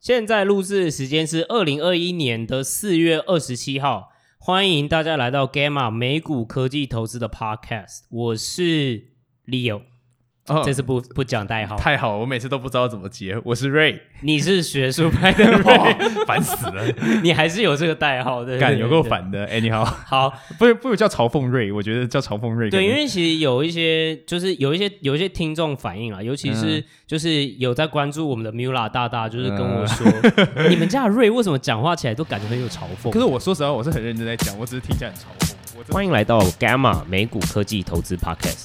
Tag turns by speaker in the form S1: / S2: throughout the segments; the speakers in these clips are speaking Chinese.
S1: 现在录制的时间是二零二一年的四月二十七号，欢迎大家来到 Gamma 美股科技投资的 Podcast，我是 Leo，、
S2: 哦
S1: 这次不不讲代号，
S2: 太好，了，我每次都不知道怎么接。我是 Ray，
S1: 你是学术派的人，
S2: 哦烦死了，
S1: 你还是有这个代号的，
S2: 干有够
S1: 对。
S2: 烦的。Anyhow，
S1: 好，
S2: 不如不如叫嘲讽 Ray，我觉得叫嘲讽 Ray 可
S1: 对，
S2: 能。
S1: 因为其实有一些，就是有一些有一些听众反映啊，尤其是
S2: 嗯
S1: 就是有在关注我们的 Mula 大大，就是跟
S2: 嗯
S1: 我说， 你们家的瑞为什么讲话起来都感觉很有嘲讽？
S2: 可是我说实话，我是很认真在讲，我只是听起来很嘲讽。我真的
S1: 欢迎来到 Gamma 美股科技投资 Podcast，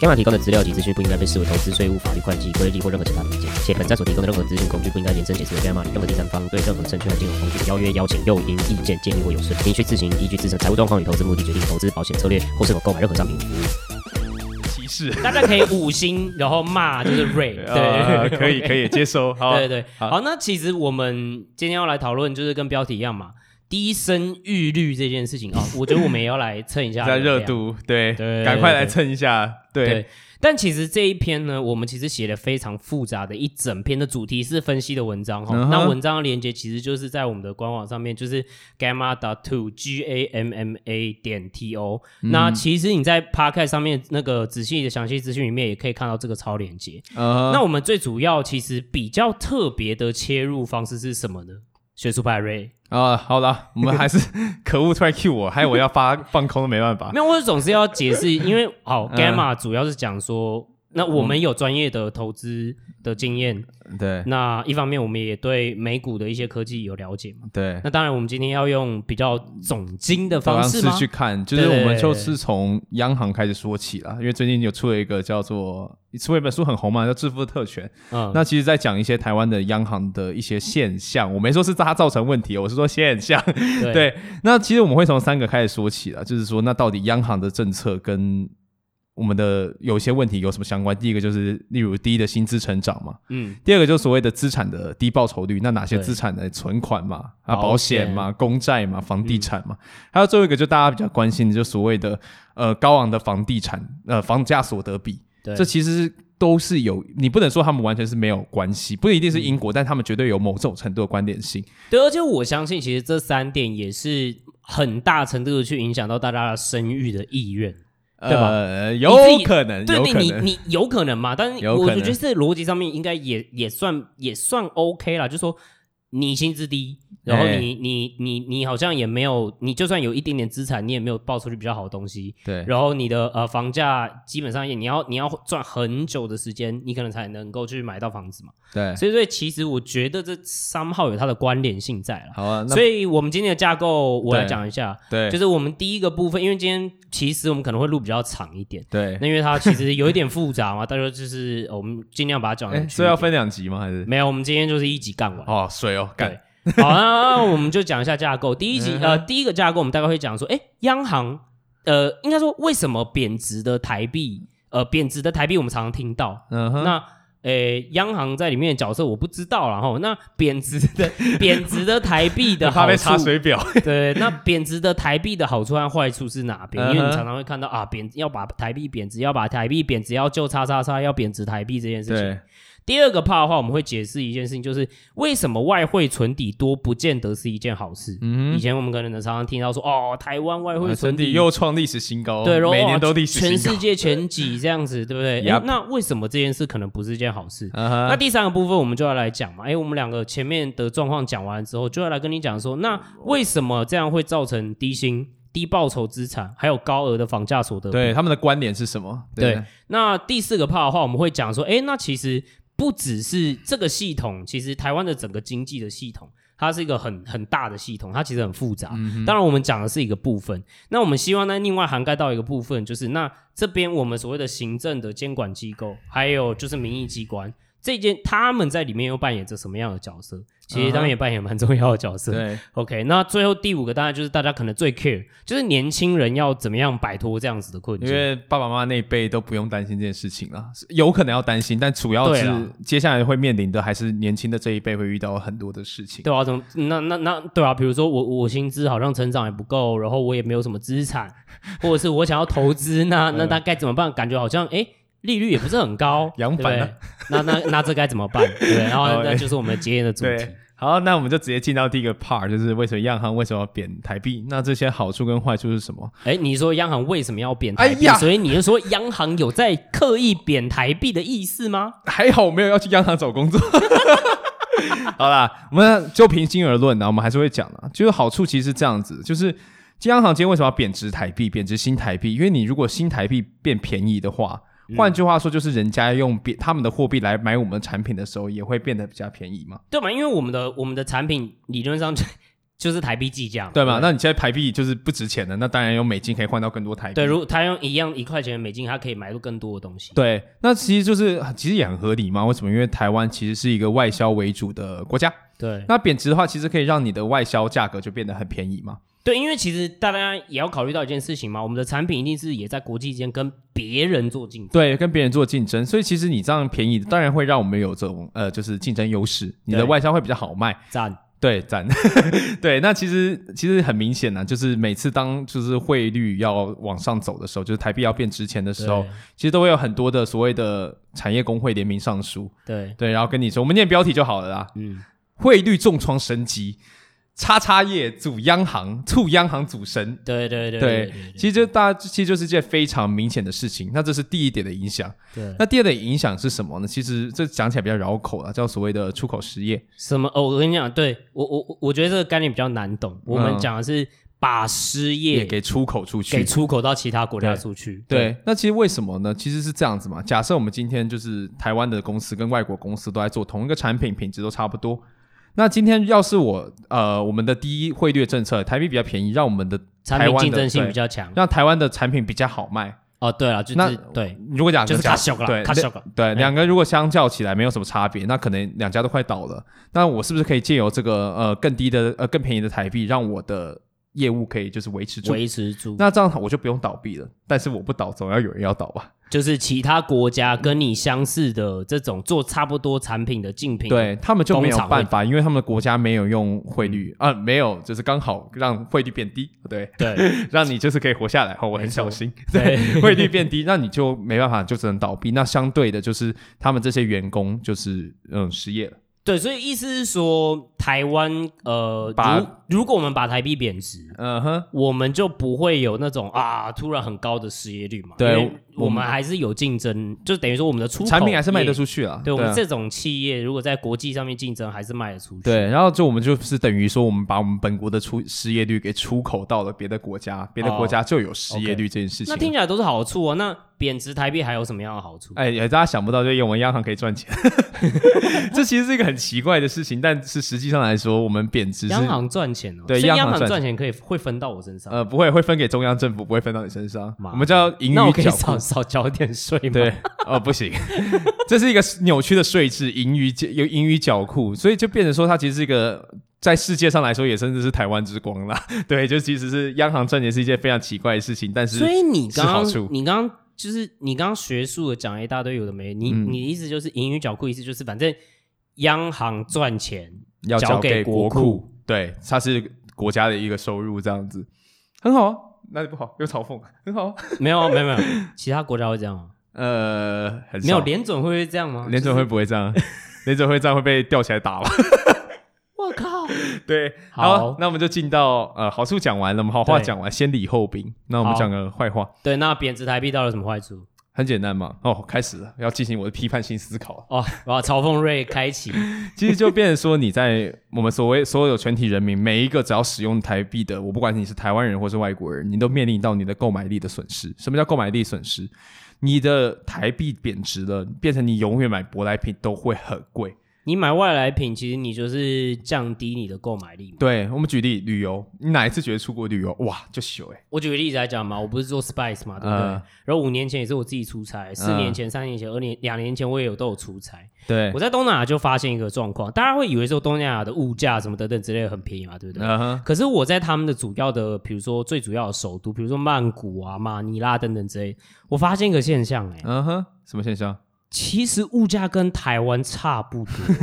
S1: Gamma 提供的资料及资讯不应该被视为投资、税务、法律、会计、规律或任何其他意见，且本站所提供的任何资讯工具不应该延伸解释为 Gamma 与任何第三方对任何证券和金融工具的邀约、邀请、诱因、意见、建议或有损，您需自行依据自身财务状况与投资目的决定投资、保险策略或是否购买任何商品。
S2: 歧视。
S1: 大家可以五星，然后骂就是 Ray，
S2: 呃，可以可以接收。好，
S1: 对对，
S2: 好
S1: 好，那其实我们今天要来讨论，就是跟标题一样嘛，低生育率这件事情啊、我觉得我们也要来蹭一下
S2: 现在热度，对
S1: 对，
S2: 赶快来蹭一下。对
S1: 对，但其实这一篇呢，我们其实写的非常复杂的一整篇的主题是分析的文章哈。
S2: 嗯哼
S1: 那文章的连接其实就是在我们的官网上面，就是 gamma dot two g a m m a 点 t o、那
S2: 嗯
S1: 其实你在 p o c a s t 上面那个仔细的详细资讯里面，也可以看到这个超链接。
S2: 呃，
S1: 那我们最主要其实比较特别的切入方式是什么呢？学术派瑞，
S2: 啊，好了，我们还是 可恶，突然 Q 我，害我要发放空都没办 法。
S1: 没有，我总是要解释，因 为好
S2: 啊嗯
S1: gamma 主要是讲说，那我们有专业的投资的经验，
S2: 对
S1: 那一方面，我们也对美股的一些科技有了解嘛。
S2: 对，
S1: 那当然，我们今天要用比较总经的
S2: 方
S1: 方式
S2: 式
S1: 吗？
S2: 去看，就是我
S1: 对
S2: 们
S1: 对
S2: 就是从央行开始说起啦，因为最近有出了一个叫做出了一本书很红嘛，叫《致富的特权》。
S1: 嗯，
S2: 那其实，在讲一些台湾的央行的一些现象，我没说是它造成问题，哦我是说现象。
S1: 对
S2: 对，那其实我们会从三个开始说起啦，就是说，那到底央行的政策跟我们的有一些问题有什么相关？第一个就是，例如低的薪资成长嘛，
S1: 嗯，
S2: 第二个就是所谓的资产的低报酬率，那哪些
S1: 对
S2: 资产呢？存款嘛，啊，
S1: 保
S2: 保险
S1: 险嗯
S2: 嘛，公债嘛，房地产嘛，还有最后一个就大家比较关心的，就所谓的呃高昂的房地产呃房价所得比，
S1: 对，
S2: 这其实都是有，你不能说他们完全是没有关系，不一定是因
S1: 嗯
S2: 果，但他们绝对有某种程度的关联性。
S1: 对，而且我相信，其实这三点也是很大程度的去影响到大家的生育的意愿。对吧
S2: 呃，有
S1: 自己
S2: 可能，
S1: 对
S2: 有
S1: 你，
S2: 可
S1: 你
S2: 能，
S1: 你有可能嘛？但是
S2: 有
S1: 我
S2: 可
S1: 我
S2: 能
S1: 觉得这逻辑上面应该也也算也算 OK 啦，就说你薪资低，然后
S2: 哎
S1: 你你你你好像也没有，你就算有一点点资产，你也没有报出去比较好的东西。
S2: 对
S1: 然后你的呃房价基本上也你要你要赚很久的时间，你可能才能够去买到房子嘛。
S2: 对，
S1: 所以所以其实我觉得这三号有它的关联性在了。
S2: 好啊，那
S1: 所以我们今天的架构我来
S2: 对
S1: 讲一下，
S2: 对
S1: 就是我们第一个部分，因为今天其实我们可能会录比较长一点，
S2: 对，
S1: 那因为它其实有一点复杂嘛， 大家就是呃我们尽量把它讲
S2: 哎，
S1: 完。
S2: 所以要分两集吗？还是
S1: 没有，我们今天就是一集干完。
S2: 哦，水哦，干
S1: 对，好，那那我们就讲一下架构。第一集
S2: 嗯，哼
S1: 呃，第一个架构，我们大概会讲说，哎，央行，呃，应该说为什么贬值的台币，呃，贬值的台币我们常常听到。
S2: 嗯哼，
S1: 那，诶，央行在里面的角色我不知道然后那贬值的 贬值的台币 的
S2: 怕
S1: 好
S2: 被查
S1: 处，
S2: 水表，
S1: 对，那贬值的台币的好处和坏处是哪边？因为
S2: 嗯
S1: 你
S2: 哼
S1: 常常会看到啊，贬要把台币贬值，要把台币贬值，要救叉叉叉，要贬值台币这件事情。
S2: 对，
S1: 第二个怕的话，我们会解释一件事情，就是为什么外汇存底多不见得是一件好事。
S2: 嗯
S1: 以前我们可能常常听到说，哦，台湾外汇
S2: 哼，
S1: 存
S2: 存
S1: 底
S2: 底呃又创历史新高，
S1: 对，然后
S2: 每年
S1: 哇
S2: 都历史
S1: 全
S2: 新
S1: 世
S2: 高。
S1: 界前几这样子，对不对？诶
S2: Yup
S1: 那为什么这件事可能不是一件好事？
S2: 嗯
S1: 那
S2: 哼，
S1: 第三个部分我们就要来讲嘛，哎，我们两个前面的状况讲完之后，就要来跟你讲说，那为什么这样会造成低薪、低报酬资产，还有高额的房价所得比
S2: 对，他们的关联是什么？啊
S1: 对， 那第四个 part 的话，我们会讲说，诶，那其实不只是这个系统，其实台湾的整个经济的系统，它是一个很很大的系统，它其实很复杂。当然，我们讲的是一个部分。那我们希望呢，另外涵盖到一个部分，就是那这边我们所谓的行政的监管机构，还有就是民意机关。这件他们在里面又扮演着什么样的角色？其实他们也扮演蛮重要的角色。
S2: 对，
S1: OK，那最后第五个当然就是大家可能最 care，就是年轻人要怎么样摆脱这样子的困
S2: 因
S1: 境。
S2: 为爸爸妈妈那一辈都不用担心这件事情了，是有可能要担心，但主要
S1: 对
S2: 是
S1: 啊
S2: 接下来会面临的还是年轻的这一辈会遇到很多的事情。
S1: 对啊，怎么那那那对啊？比如说我我薪资好像成长也不够，然后我也没有什么资产，或者是我想要投资，
S2: 嗯
S1: 那那他该怎么办？感觉好像哎利率也不是很高，
S2: 扬
S1: 对不对
S2: 板啊
S1: 那那那这该怎么办？对不对，然后
S2: 哦
S1: 那
S2: 哎
S1: 就是我们今天的主题
S2: 对。，好，那我们就直接进到第一个 part，就是为什么央行为什么要贬台币？那这些好处跟坏处是什么？
S1: 哎，你说央行为什么要贬台币？
S2: 哎呀
S1: 所以你是说央行有在刻意贬台币的意思吗？
S2: 还好我没有要去央行找工作。 好啦，我们就平心而论呢，我们还是会讲啦。就是好处其实是这样子，就是央行今天为什么要贬值台币、贬值新台币？因为你如果新台币变便宜的话，
S1: 嗯
S2: 换句话说就是人家用别他们的货币来买我们的产品的时候，也会变得比较便宜嘛，
S1: 对嘛？因为我们的我们的产品理论上就就是台币计价嘛，
S2: 对吗？那你现在台币就是不值钱了，那当然用美金可以换到更多台币。
S1: 对，如果他用一样一块钱的美金，他可以买入更多的东西。
S2: 对，那其实就是其实也很合理嘛。为什么？因为台湾其实是一个外销为主的国家，
S1: 对
S2: 那贬值的话，其实可以让你的外销价格就变得很便宜嘛。
S1: 对，因为其实大家也要考虑到一件事情嘛，我们的产品一定是也在国际间跟别人做竞争。
S2: 对，跟别人做竞争，所以其实你这样便宜，当然会让我们有这种呃，就是竞争优势，你的
S1: 对
S2: 外销会比较好卖。
S1: 赞，
S2: 对，赞。 对，那其实其实很明显呐、啊就是每次当就是汇率要往上走的时候，就是台币要变值钱的时候
S1: 对，
S2: 其实都会有很多的所谓的产业工会联名上书，
S1: 对，
S2: 对，然后跟你说，我们念标题就好了啦。
S1: 嗯，
S2: 汇率重创升级，叉叉业阻央行，促央行阻神。
S1: 对对对
S2: 对
S1: 对，
S2: 其实这大家其实就是一件非常明显的事情。那这是第一点的影响。
S1: 对
S2: 那第二点影响是什么呢？其实这讲起来比较绕口了，叫所谓的出口失业。
S1: 什么？哦，我跟你讲，对我我我我觉得这个概念比较难懂。我们
S2: 嗯
S1: 讲的是把失
S2: 也
S1: 业
S2: 给出口出去，
S1: 给出口到其他国家
S2: 对
S1: 出去。
S2: 对，那其实为什么呢？其实是这样子嘛。假设我们今天就是台湾的公司跟外国公司都在做同一个产品，品质都差不多。那今天要是我呃我们的第一汇率政策，台币比较便宜，让我们的
S1: 产
S2: 台
S1: 品
S2: 湾
S1: 竞
S2: 的
S1: 争性
S2: 对
S1: 比较强。
S2: 让台湾的产品比较好卖。
S1: 哦，对了，就
S2: 那
S1: 是对，
S2: 如果讲
S1: 就是
S2: 假
S1: 卡小了，
S2: 对
S1: 卡小了。
S2: 对，
S1: 嗯
S2: 两个如果相较起来没有什么差别，那可能两家都快倒了。那我是不是可以借由这个呃更低的呃更便宜的台币，让我的业务可以就是维持住？
S1: 维持住，
S2: 那这样我就不用倒闭了。但是我不倒，总要有人要倒吧？
S1: 就是其他国家跟你相似的这种做差不多产品的竞品，
S2: 对他们就没有
S1: 工厂会
S2: 办法，因为他们的国家没有用汇率啊、没有就是刚好让汇率变低，对，
S1: 对
S2: 让你就是可以活下来。哦，我很小心，
S1: 对，
S2: 汇率变低，那你就没办法，就只能倒闭。那相对的，就是他们这些员工就是嗯失业了。
S1: 对，所以意思是说，台湾呃，
S2: 把
S1: 如如果我们把台币贬值，
S2: 嗯哼，
S1: 我们就不会有那种啊突然很高的失业率嘛，
S2: 对
S1: 因为我
S2: 我
S1: 们
S2: 们
S1: 还是有竞争，就等于说我们的出口
S2: 产品还是卖
S1: 业
S2: 得。出去啊。
S1: 对我们
S2: 啊
S1: 这种企业，如果在国际上面竞争，还是卖得出去。
S2: 对，然后就我们就是等于说，我们把我们本国的出失业率给出口到了别的国家，别的国家就有失业率这件事情。
S1: 那听起来都是好处啊。那贬值台币还有什么样的好处？
S2: 哎，也大家想不到，就我们央行可以 赚钱，这其实是一个很奇怪的事情，但是实际上来说，我们贬值是
S1: 央行赚钱哦，
S2: 对
S1: 所以
S2: 央
S1: 央
S2: 行
S1: 行
S2: 赚
S1: 赚钱可以会分到我身上。
S2: 呃不会会分给中央政府，不会分到你身上，
S1: 妈
S2: 我们叫盈
S1: 那我
S2: 余
S1: 可以
S2: 缴库
S1: 少少缴点税吗？
S2: 对，哦，不行，这是一个扭曲的税制，盈余有盈余缴库，所以就变成说它其实是一个在世界上来说也甚至是台湾之光啦。 对，就其实是央行赚钱是一件非常奇怪的事情，但是
S1: 所以你刚
S2: 是好
S1: 刚
S2: 处
S1: 你刚刚就是你刚刚学术的讲了一大堆有的没，你、
S2: 嗯
S1: 你的意思就是盈余缴库，意思就是反正央行赚钱，
S2: 要
S1: 交
S2: 交
S1: 给
S2: 给
S1: 国
S2: 国库，对，它是国家的一个收入，这样子很好啊，哪里不好？又嘲讽，很好啊，
S1: 没有啊没有没有，其他国家会这样吗？
S2: 呃，很
S1: 没有
S2: 少
S1: 联准会会这样吗？
S2: 联准会不会这 样，联准会这样会被吊起 来打吧？
S1: 我靠，
S2: 对，
S1: 好
S2: 那我们就进到呃好处讲完了，我们好话
S1: 对
S2: 讲完，先礼后兵，那我们
S1: 好
S2: 讲个坏话。
S1: 对，那贬值台币到底有什么坏处？
S2: 很简单嘛。哦，开始了，要进行我的批判性思考了。
S1: 哦，哇，曹凤瑞开启，
S2: 其实就变成说，你在 我们所谓所有全体人民，每一个只要使用台币的，我不管你是台湾人或是外国人，你都面临到你的购买力的损失。什么叫购买力损失？你的台币贬值了，变成你永远买舶来品都会很贵。
S1: 你买外来品，其实你就是降低你的购买力嘛。
S2: 对我们举例旅游，你哪一次觉得出国旅游哇就秀哎、
S1: 我举个例子来讲嘛，我不是做 Spice 嘛，对不对？
S2: 嗯
S1: 然后五年前也是我自己出差，四年前、三年前、二年、两年前我也有都有出差。
S2: 对
S1: 我，在东南亚就发现一个状况，大家会以为说东南亚的物价什么等等之类的很便宜嘛，对不对？
S2: 嗯哼，
S1: 可是我在他们的主要的，比如说最主要的首都，比如说曼谷啊、马尼拉等等之类，我发现一个现象、哎、
S2: 嗯哼，什么现象？
S1: 其实物价跟台湾差不 多，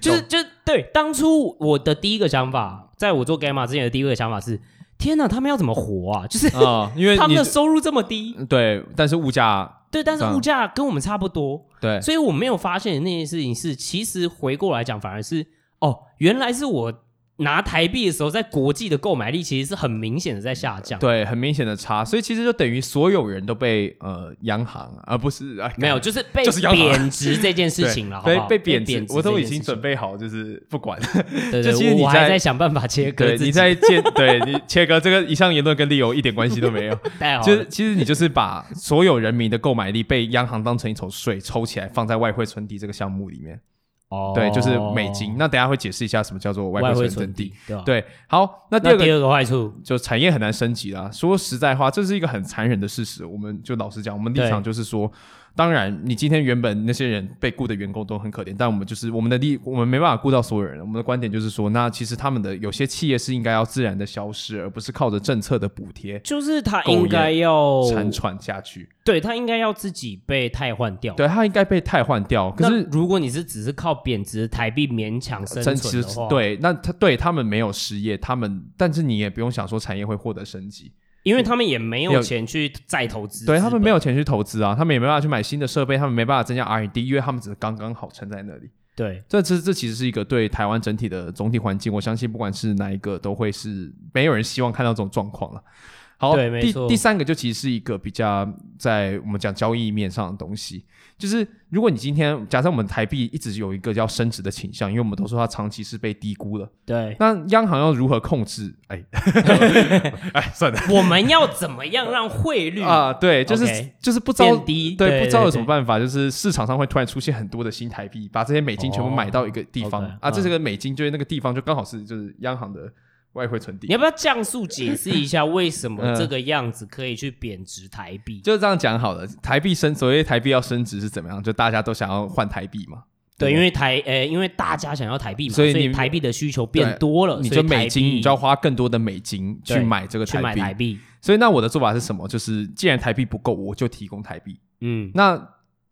S1: 就是就对。当初我的第一个想法，在我做 Gamma 之前的第一个想法是：天哪，他们要怎么活啊？就是、
S2: 啊、因为
S1: 他们的
S2: 你
S1: 收入这么低，
S2: 对，但是物价
S1: 对，但是
S2: 当然
S1: 物价跟我们差不多，
S2: 对
S1: 所以我没有发现的那件事情是，其实回过来讲，反而是哦，原来是我拿台币的时候，在国际的购买力其实是很明显的在下降。
S2: 对很明显的差，所以其实就等于所有人都被呃央行而、不是、哎
S1: 没有，就是被
S2: 就是央行
S1: 贬值这件事情了，好不
S2: 对
S1: 好？
S2: 被被
S1: 贬
S2: 贬值，
S1: 值，
S2: 我都已经准。备好，就是不管。
S1: 对
S2: 就其实
S1: 对，
S2: 你
S1: 我还
S2: 在
S1: 在想办法切割
S2: 对，
S1: 自己。
S2: 你 在见，对你切割这个以上言论跟理由一点关系都 没有。
S1: 太好了
S2: 就是其实你就是把所有人民的购买力被央行当成一筹税抽起来，放在外汇存底这个项目里面。
S1: 哦
S2: 对，就是美金。那等一下会解释一下什么叫做
S1: 外
S2: 汇
S1: 汇
S2: 存
S1: 存
S2: 底。
S1: 底，对吧？
S2: 对，好，那第
S1: 那
S2: 二
S1: 第
S2: 个
S1: 二个坏处，
S2: 就产业很难升级啦。说实在话，这是一个很残忍的事实。我们就老实讲，我们立
S1: 对
S2: 场就是说，当然你今天原本那些人被雇的员工都很可怜，但我们就是我们的立，我们没办法雇到所有人。我们的观点就是说，那其实他们的有些企业是应该要自然的消失，而不是靠着政策的补贴
S1: 就是他
S2: 购
S1: 应
S2: 业
S1: 该要，
S2: 缠喘下去。
S1: 对他应该要自己被汰换掉。
S2: 对，它应该被汰换掉。可
S1: 那
S2: 是
S1: 如果你是只是靠贬值台币勉强生
S2: 真
S1: 存
S2: 其
S1: 的
S2: 实
S1: 话，，
S2: 对，那他对他们没有失业，他们但是你也不用想说产业会获得升级，
S1: 因为他们也没
S2: 没
S1: 有
S2: 有
S1: 钱去再投资，
S2: 对他们没有，钱去投资啊，他们也没办法去买新的设备，他们没办法增加 R&D，因为他们只是刚刚好撑在那里。
S1: 对，
S2: 这这这其实是一个对台湾整体的总体环境，我相信不管是哪一个都会是没有人希望看到这种状况了。好，
S1: 对没
S2: 第
S1: 错
S2: 第三个就其实是一个比较在我们讲交易面上的东西，就是如果你今天假设我们台币一直有一个要升值的倾向，因为我们都说它长期是被低估了，，
S1: 对
S2: 那央行要如何控制？哎，哎，算了
S1: 我们要怎么样让汇率
S2: 啊，对，就是
S1: 嗯 OK
S2: 就是不知道
S1: 变低？
S2: 对，
S1: 对，
S2: 不知道有什
S1: 对
S2: 么。办法，就是市场上会突然出现很多的新台币，把这些美金全部买到一个地方、
S1: 哦，OK，
S2: 啊，这
S1: 嗯
S2: 是个美金，就是那个地方就刚好是就是央行的外汇存
S1: 你
S2: 底
S1: 要。不要降速解释一下为什么
S2: 嗯
S1: 这个样子可以去贬值台币？
S2: 就是这样讲好了，台币升，所谓台币要升值是怎么样？就大家都想要换台币嘛，
S1: 对，
S2: 对
S1: 因为台呃，因为大家想要台币嘛，所
S2: 所以你
S1: 台币的需求变多了，
S2: 你
S1: 所以
S2: 就美金，
S1: 台币
S2: 你就要花更多的美金去
S1: 对
S2: 买这个
S1: 去买台
S2: 台币。
S1: 币。
S2: 所以那我的做法是什么？就是既然台币不够，我就提供台币。
S1: 嗯，
S2: 那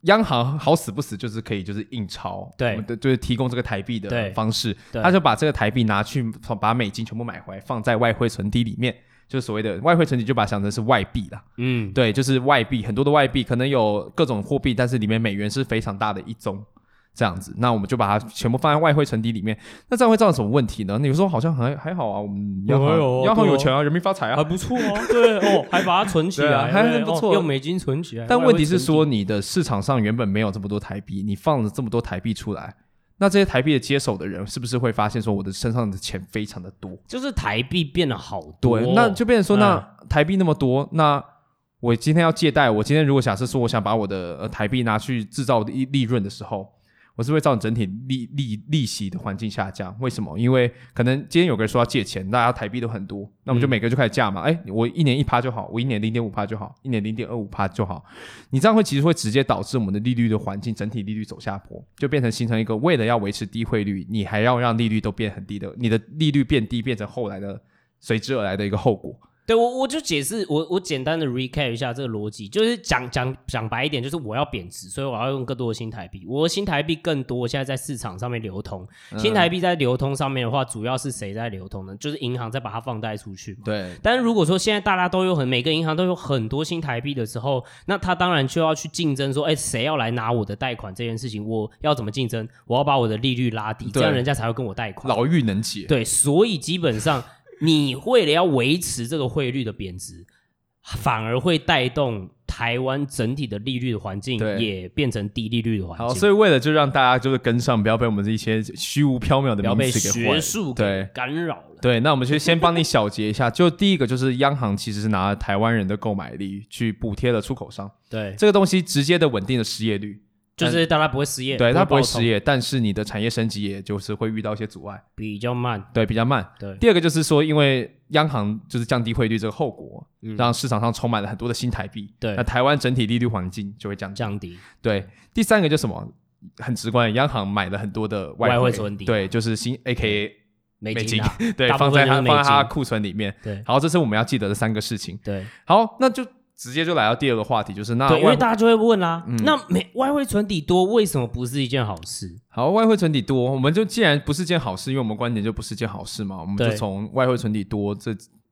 S2: 央行好死不死就是可以就是印钞，
S1: 对
S2: 我们的就是提供这个台币的
S1: 对
S2: 方式，
S1: 对
S2: 他就把这个台币拿去把美金全部买回来，放在外汇存底里面，就是所谓的外汇存底，就把它想成是外币啦，
S1: 嗯，
S2: 对，就是外币很多的外币，可能有各种货币，但是里面美元是非常大的一宗。这样子，那我们就把它全部放在外汇存底里面。那这样会造成什么问题呢？你说好像还还好啊，我们央行、
S1: 哎呦
S2: 央行
S1: 对哦
S2: 有钱啊，人民发财啊，
S1: 还不错哦，对哦，还把它存起
S2: 对
S1: 来，
S2: 啊还
S1: 对
S2: 很不
S1: 哦
S2: 错
S1: 用美金存起来。
S2: 但
S1: 外
S2: 问
S1: 汇
S2: 题是
S1: 存
S2: 说，你的市场上原本没有这么多台币，你放了这么多台币出来，那这些台币的接手的人是不是会发现说，我的身上的钱非常的多？
S1: 底就是台币变了好多，
S2: 对，那就变成说，
S1: 嗯
S2: 那台币那么多，那我今天要借贷，我今天如果假设说我想把我的、呃、台币拿去制造利利润的时候，我是不是会造成整体利利利息的环境下降？为什么？因为可能今天有个人说要借钱，大家台币都很多，那我们就
S1: 嗯
S2: 每个人就开始价嘛。哎、我一年一趴就好，我一年零点五趴就好，一年零点二五趴就好。你这样会其实会直接导致我们的利率的环境整体利率走下坡，就变成形成一个为了要维持低汇率，你还要让利率都变很低的，你的利率变低变成后来的随之而来的一个后果。
S1: 对我我就解释，我我简单的 recap 一下这个逻辑，就是讲讲讲白一点，就是我要贬值，所以我要用更多的新台币，我的新台币更多，现在在市场上面流通，新台币在流通上面的话，主要是谁在流通呢？就是银行在把它放贷出去嘛。
S2: 对
S1: 但是如果说现在大家都有很每个银行都有很多新台币的时候，那他当然就要去竞争说，哎，谁要来拿我的贷款这件事情，我要怎么竞争？我要把我的利率拉低，这
S2: 对
S1: 样人家才会跟我贷款。
S2: 牢狱能解。
S1: 对，所以基本上你为了要维持这个汇率的贬值，反而会带动台湾整体的利率的环境
S2: 对
S1: 也变成低利率的环
S2: 好，
S1: 境。
S2: 所以为了就让大家就是跟上，不要被我们这一些虚无缥缈
S1: 不
S2: 的
S1: 要
S2: 名
S1: 被
S2: 词给坏
S1: 学
S2: 了。
S1: 术给
S2: 对
S1: 干扰了。
S2: 对，那我们就先帮你小结一下。 就第一个就是央行其实是拿台湾人的购买力去补贴了出口商，
S1: 对
S2: 这个东西直接的稳定了失业率。
S1: 就是大家不会失业，
S2: 对，它不会
S1: 爆冲
S2: 失，业，但是你的产业升级也就是会遇到一些阻碍，
S1: 比较慢，
S2: 对，比较慢。
S1: 对，
S2: 第二个就是说，因为央行就是降低汇率这个后果，
S1: 嗯
S2: 让市场上充满了很多的新台币，
S1: 对
S2: 那台湾整体利率环境就会降低。
S1: 降低，
S2: 对，第三个就是什么？很直观，央行买了很多的
S1: 外汇
S2: 汇
S1: 存底
S2: 对，就是新 A K
S1: 美
S2: A
S1: 金
S2: 金
S1: 啊，，
S2: 对，
S1: 大部
S2: 放在
S1: 分就
S2: 它
S1: 是美
S2: 放在它
S1: 金
S2: 库存里面。
S1: 对
S2: 好，这是我们要记得的三个事情。
S1: 对
S2: 好，那就直接就来到第二个话题，就是那
S1: 对，因
S2: 啊外嗯
S1: 为大家就会问啦，那美外汇存底多为什么不是一件好事？
S2: 好，外汇存底多，我们就既然不是件好事，因为我们观点就不是件好事嘛，我们就
S1: 对
S2: 从外汇存底多这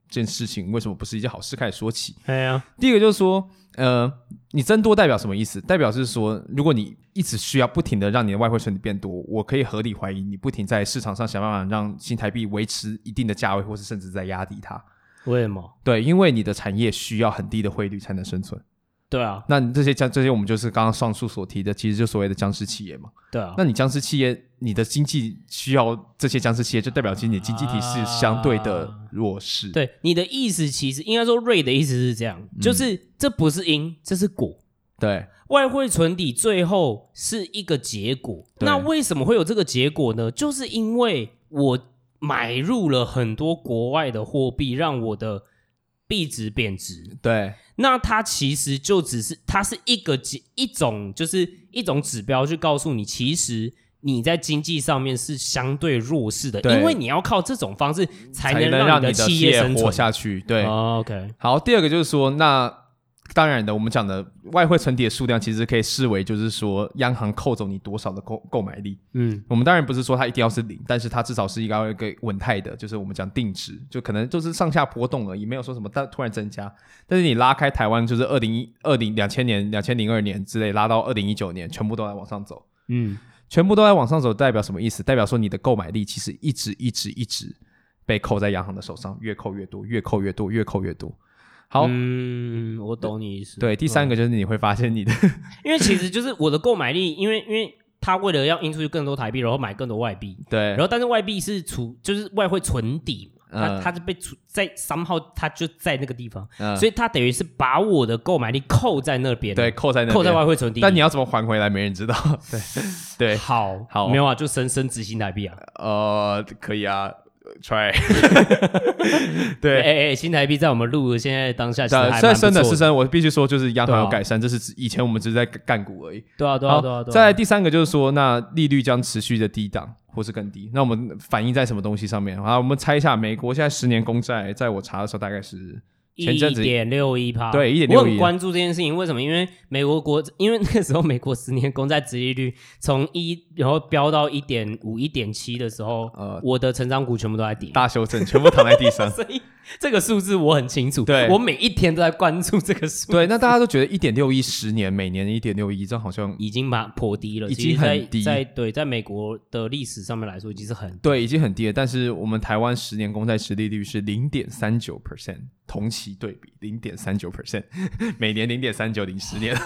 S2: 件事情为什么不是一件好事开始说起。
S1: 哎呀，
S2: 第一个就是说，呃，你增多代表什么意思？代表是说，如果你一直需要不停的让你的外汇存底变多，我可以合理怀疑你不停在市场上想办法让新台币维持一定的价位，或是甚至在压低它。
S1: 为什么？
S2: 对，因为你的产业需要很低的汇率才能生存。
S1: 对啊，
S2: 那你这些僵这些，我们就是刚刚上述所提的，其实就所谓的僵尸企业嘛。
S1: 对啊，
S2: 那你僵尸企业，你的经济需要这些僵尸企业，就代表其实你的经济体是相对的
S1: 啊
S2: 弱势。
S1: 对你的意思其实应该说瑞的意思是这
S2: 嗯
S1: 样，就是这不是因，这是果。
S2: 对
S1: 外汇存底最后是一个结果。
S2: 对
S1: 那为什么会有这个结果呢？就是因为我买入了很多国外的货币，让我的币值贬值。
S2: 对
S1: 那它其实就只是它是一个指一种，就是一种指标，去告诉你其实。你在经济上面是相对弱势的，
S2: 对
S1: 因为你要靠这种方式才能
S2: 让
S1: 你的
S2: 企
S1: 业生
S2: 活
S1: 存。
S2: 下去。对，
S1: 哦、OK，
S2: 好，第二个就是说，那当然的，我们讲的外汇存底的数量，其实可以视为就是说央行扣走你多少的购购买力。
S1: 嗯，
S2: 我们当然不是说它一定要是零，但是它至少是一个一个稳态的，就是我们讲定值，就可能就是上下波动而已，没有说什么但突然增加。但是你拉开台湾，就是二零一二零两千年、两千零二年之类，拉到二零一九年，全部都在往上走，
S1: 嗯，
S2: 全部都在往上走，代表什么意思？代表说你的购买力其实一直一直一直被扣在央行的手上，越扣越多，越扣越多，越扣越多。好，
S1: 嗯，我懂你意思。
S2: 哦对，第
S1: 嗯
S2: 三个就是你会发现你的
S1: 因为其实就是我的购买力，因为因为他为了要印出去更多台币，然后买更多外币，
S2: 对
S1: 然后但是外币是储，就是外汇存底嘛，它
S2: 嗯
S1: 它是被储在三号，它就在那个地方，
S2: 嗯
S1: 所以它等于是把我的购买力扣在那边，
S2: 对，扣在那
S1: 扣在
S2: 边
S1: 外汇存底。
S2: 但你要怎么还回来，没人 知道。对对，
S1: 好
S2: 好
S1: 没有啊，就深深执行台币啊。
S2: 呃，可以啊呃，try。
S1: 哎
S2: 对，
S1: 哎哎，新台币在我们录的现在当下其实还
S2: 但
S1: 蛮
S2: 虽然真
S1: 不
S2: 的
S1: 错
S2: 是
S1: 的，
S2: 真的，我必须说，就是央行
S1: 对
S2: 有
S1: 啊
S2: 改善，这是以前我们只是在干股而已。
S1: 对啊对啊
S2: 好，
S1: 对啊对啊。
S2: 再来第三个就是说，那利率将持续的低档或是更低。那我们反映在什么东西上面？好，我们猜一下，美国现在十年公债，在我查的时候大概是前阵子
S1: 一点六一趴，
S2: 对1.61
S1: 我很关注这件事情，为什么？因为美国国，因为那个时候美国十年公债殖利率从一，然后飙到一点五、一点七的时候，
S2: 呃
S1: 我的成长股全部都在跌，。
S2: 大修正，全部躺在地上
S1: 所以这个数字我很清楚，
S2: 对
S1: 我每一天都在关注这个 数，
S2: 对，那大家都觉得一点六一十年，每年一点六一，这样好像
S1: 已经蛮颇低了，
S2: 已经
S1: 其实在
S2: 很低
S1: 在对，在美国的历史上面来说，已经是很
S2: 对，已经很低了。但是我们台湾十年公债持利率是零点三九 percent，同期对比零点三九 percent，每 年零点三九零十 年。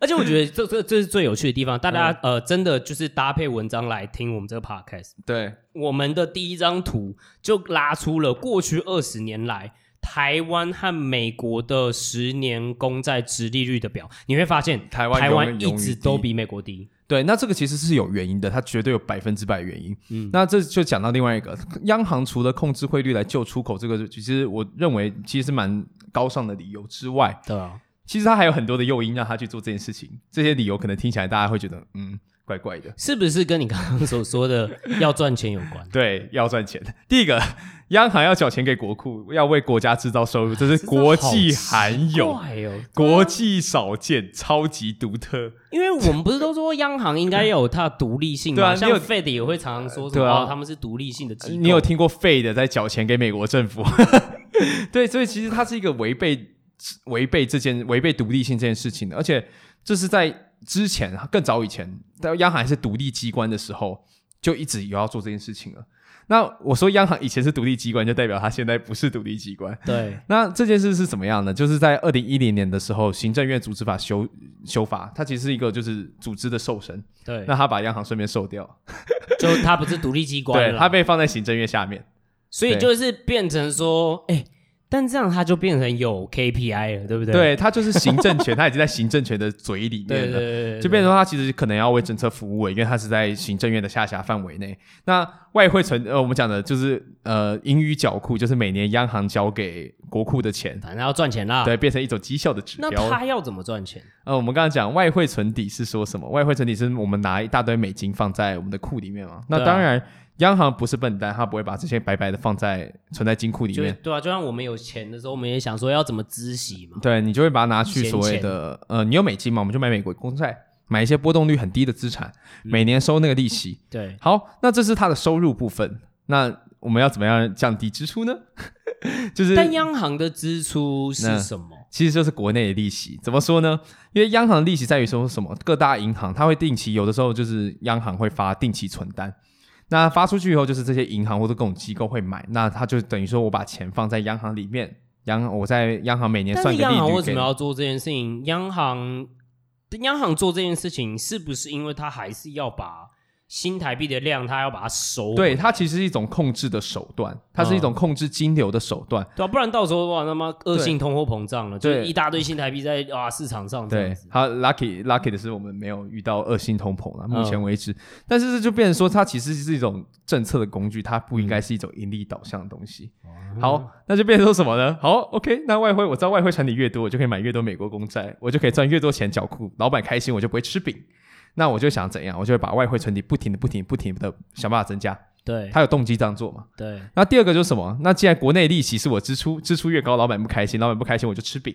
S1: 而且我觉得这这这是最有趣的地方，大家、
S2: 嗯
S1: 呃真的就是搭配文章来听我们这个 podcast。
S2: 对
S1: 我们的第一张图就拉出了过去二十年来台湾和美国的十年公债殖利率的表，你会发现
S2: 台湾
S1: 台
S2: 永
S1: 湾
S2: 远
S1: 一直
S2: 永远
S1: 都
S2: 低
S1: 比美国低。
S2: 对，那这个其实是有原因的，它绝对有百分之百原因。嗯，那这就讲到另外一个，央行除了控制汇率来救出口，这个其实我认为其实是蛮高尚的理由之外，
S1: 对啊，
S2: 其实它还有很多的诱因让它去做这件事情。这些理由可能听起来大家会觉得嗯怪怪的，
S1: 是不是跟你刚刚所说的要赚钱有关？
S2: 对，要赚钱。第一个，央行要缴钱给国库，要为国家制造收入，这是国际罕 有、
S1: 怪哦，
S2: 国际少见、超级独特。
S1: 因为我们不是都说央行应该要有它的独立性
S2: 对啊
S1: 吗？
S2: 你
S1: 像
S2: 有
S1: Fed 也会常常说什么、
S2: 对啊
S1: 哦他们是独立性的机构。
S2: 你有听过废的在缴钱给美国政府？ 对，所以其实它是一个违背违背这件违背独立性这件事情的，而且这是在之前更早以前，在央行还是独立机关的时候，就一直有要做这件事情了。那我说央行以前是独立机关，就代表它现在不是独立机关。
S1: 对
S2: 那这件事是怎么样呢？就是在二零一零年的时候，行政院组织法修修法，它其实是一个就是组织的瘦身，
S1: 对，
S2: 那它把央行顺便瘦掉，
S1: 就它不是独立机关
S2: 对，
S1: 了，
S2: 它被放在行政院下面，
S1: 所以
S2: 对
S1: 就是变成说，哎、但这样它就变成有 KPI 了，对不对？
S2: 对，它就是行政权，它已经在行政权的嘴里
S1: 对
S2: 面
S1: 对
S2: 了。
S1: 对对，
S2: 就变成说，它其实可能要为政策服务，因为它是在行政院的下辖范围内。那外汇存，呃，我们讲的就是呃盈余缴库，就是每年央行交给国库的钱，
S1: 反正要赚钱啦。
S2: 对，变成一种绩效的指
S1: 那
S2: 标了。
S1: 他要怎么赚钱？
S2: 呃，我们刚刚讲外汇存底是说什么？外汇存底是我们拿一大堆美金放在我们的库里面嘛？那
S1: 对啊
S2: 当然，央行不是笨蛋，他不会把这些白白的放在存在金库里
S1: 就是
S2: 面。
S1: 对啊，就像我们有钱的时候，我们也想说要怎么孳息嘛。
S2: 对你就会把它拿去
S1: 闲
S2: 所谓
S1: 钱
S2: 的呃，你有美金嘛，我们就买美国公债，买一些波动率很低的资产，
S1: 嗯
S2: 每年收那个利息。
S1: 对，
S2: 好，那这是它的收入部分。那我们要怎么样降低支出呢？ 就是
S1: 但央行的支出是什么？
S2: 其实就是国内的利息。怎么说呢？因为央行的利息在于说什么？各大银行它会定期，有的时候就是央行会发定期存单。那发出去以后，就是这些银行或者各种机构会买，那它就等于说我把钱放在央行里面，央我在央行每年
S1: 但
S2: 算
S1: 是
S2: 一个
S1: 央
S2: 利
S1: 行
S2: 率
S1: 为什
S2: 给
S1: 么
S2: 你。
S1: 要做这件事情？央行，央行做这件事情是不是因为它还是要把新台币的量，它要把它收？
S2: 对，，它其实是一种控制的手段，它是一种控制金流的手段。
S1: 对啊，不然到时候哇，他妈恶性通货膨胀了，就
S2: 对
S1: 是一大堆新台币在啊市场上这样
S2: 对
S1: 子，。
S2: 好 lucky lucky 的是我们没有遇到恶性通膨了，目
S1: 嗯
S2: 前为止。但是这就变成说，它其实是一种政策的工具，它不应
S1: 嗯
S2: 该是一种盈利导向的东西。
S1: 哦
S2: 好，那就变成说什么呢？好，OK，那外汇我知道外汇传底越多，我就可以买越多美国公债，我就可以赚越多钱缴库，老板开心，我就不会吃饼。那我就想怎样，我就会把外汇存底不停的、不停地、不停的想办法增加，
S1: 对
S2: 他有动机这样做嘛？
S1: 对，
S2: 那第二个就是什么？那既然国内利息是我支出，支出越高，老板不开心，老板不开心我就吃饼。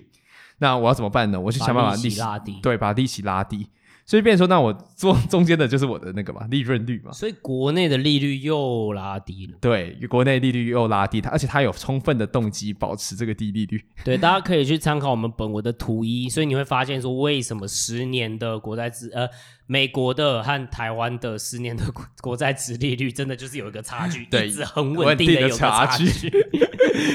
S2: 那我要怎么办呢？我就想办法
S1: 把利
S2: 利
S1: 息拉低。
S2: 对，把利息拉低。所以变成说，那我做 中间的就是我的那个嘛，利润率嘛。
S1: 所以国内的利率又拉低 了。
S2: 对，国内利率又拉低，它而且它有充分的动机保持这个低利率。
S1: 对，大家可以去参考我们本文的图一，所以你会发现说，为什么十年的国债值，呃，美国的和台湾的十年的国国债值利率，真的就是有一个差距，
S2: 对
S1: 一直很
S2: 稳
S1: 稳
S2: 定
S1: 的
S2: 的
S1: 有个
S2: 差
S1: 差
S2: 距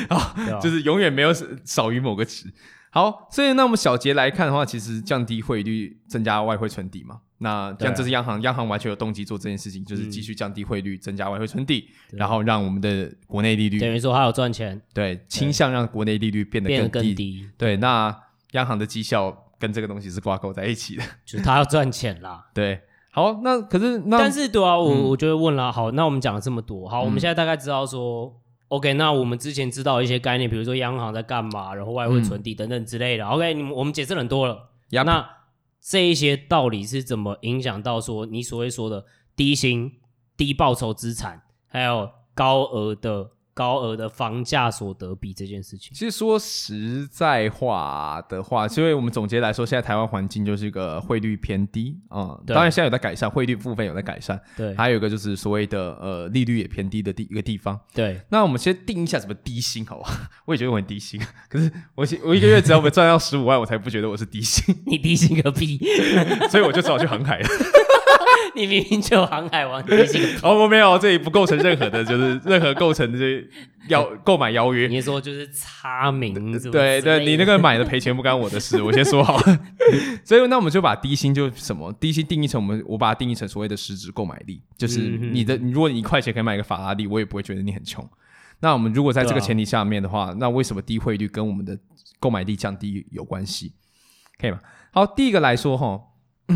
S1: 啊，对啊
S2: 就是永远没有少于某个值。好，所以那我们小节来看的话，其实降低汇率，增加外汇存底嘛。那像
S1: 对嗯
S2: 这是央行，央行完全有动机做这件事情，就是继续降低汇率，增加外汇存底，然后让我们的国内利率
S1: 等于说还有赚钱
S2: 对倾向让国内利率变得
S1: 变得
S2: 低。
S1: 更低，
S2: 对，那央行的绩效跟这个东西是挂钩在一起的。
S1: 就是他要赚钱啦。
S2: 对，好，那可是那嗯
S1: 但是对啊，我、我就会问了，好，那我们讲了这么多，好，我们现在大概知道说。OK，那我们之前知道一些概念，比如说央行在干嘛，然后外汇存底等等之类的。OK，你们我们解释了很多了。
S2: Yup
S1: 那这一些道理是怎么影响到说你所谓说的低薪、低报酬资产，还有高额的高额的房价所得比这件事情？
S2: 其实说实在话的话，所以我们总结来说，现在台湾环境就是一个汇率偏低啊、嗯
S1: 对
S2: 当然现在有在改善，汇率部分有在改善，
S1: 对
S2: 还有一个就是所谓的呃利率也偏低的地一个地方。
S1: 对，
S2: 那我们先定一下什么低薪，好不 好？我也觉得我很低薪，可是我现我一个月只要我赚到十五万，我才不觉得我是低薪，
S1: 你低薪个屁！
S2: 所以我就只好去航海了。
S1: 你明明就航海王，你低薪个屁！
S2: 哦，我没有，这里不构成任何的，就是任何构成这要购买邀约。
S1: 你是说就是差名字？
S2: 对对，你那个买的赔钱不干我的事，我先说好 了。所以那我们就把低薪就是什么低薪定义成我们，我把它定义成所谓的实质购买力，就是
S1: 嗯哼
S2: 你的，你如果你一块钱可以买一个法拉利，我也不会觉得你很穷。那我们如果在这个
S1: 对啊
S2: 前提下面的话，那为什么低汇率跟我们的购买力降低有关系？可以吗？好，第一个来说哈，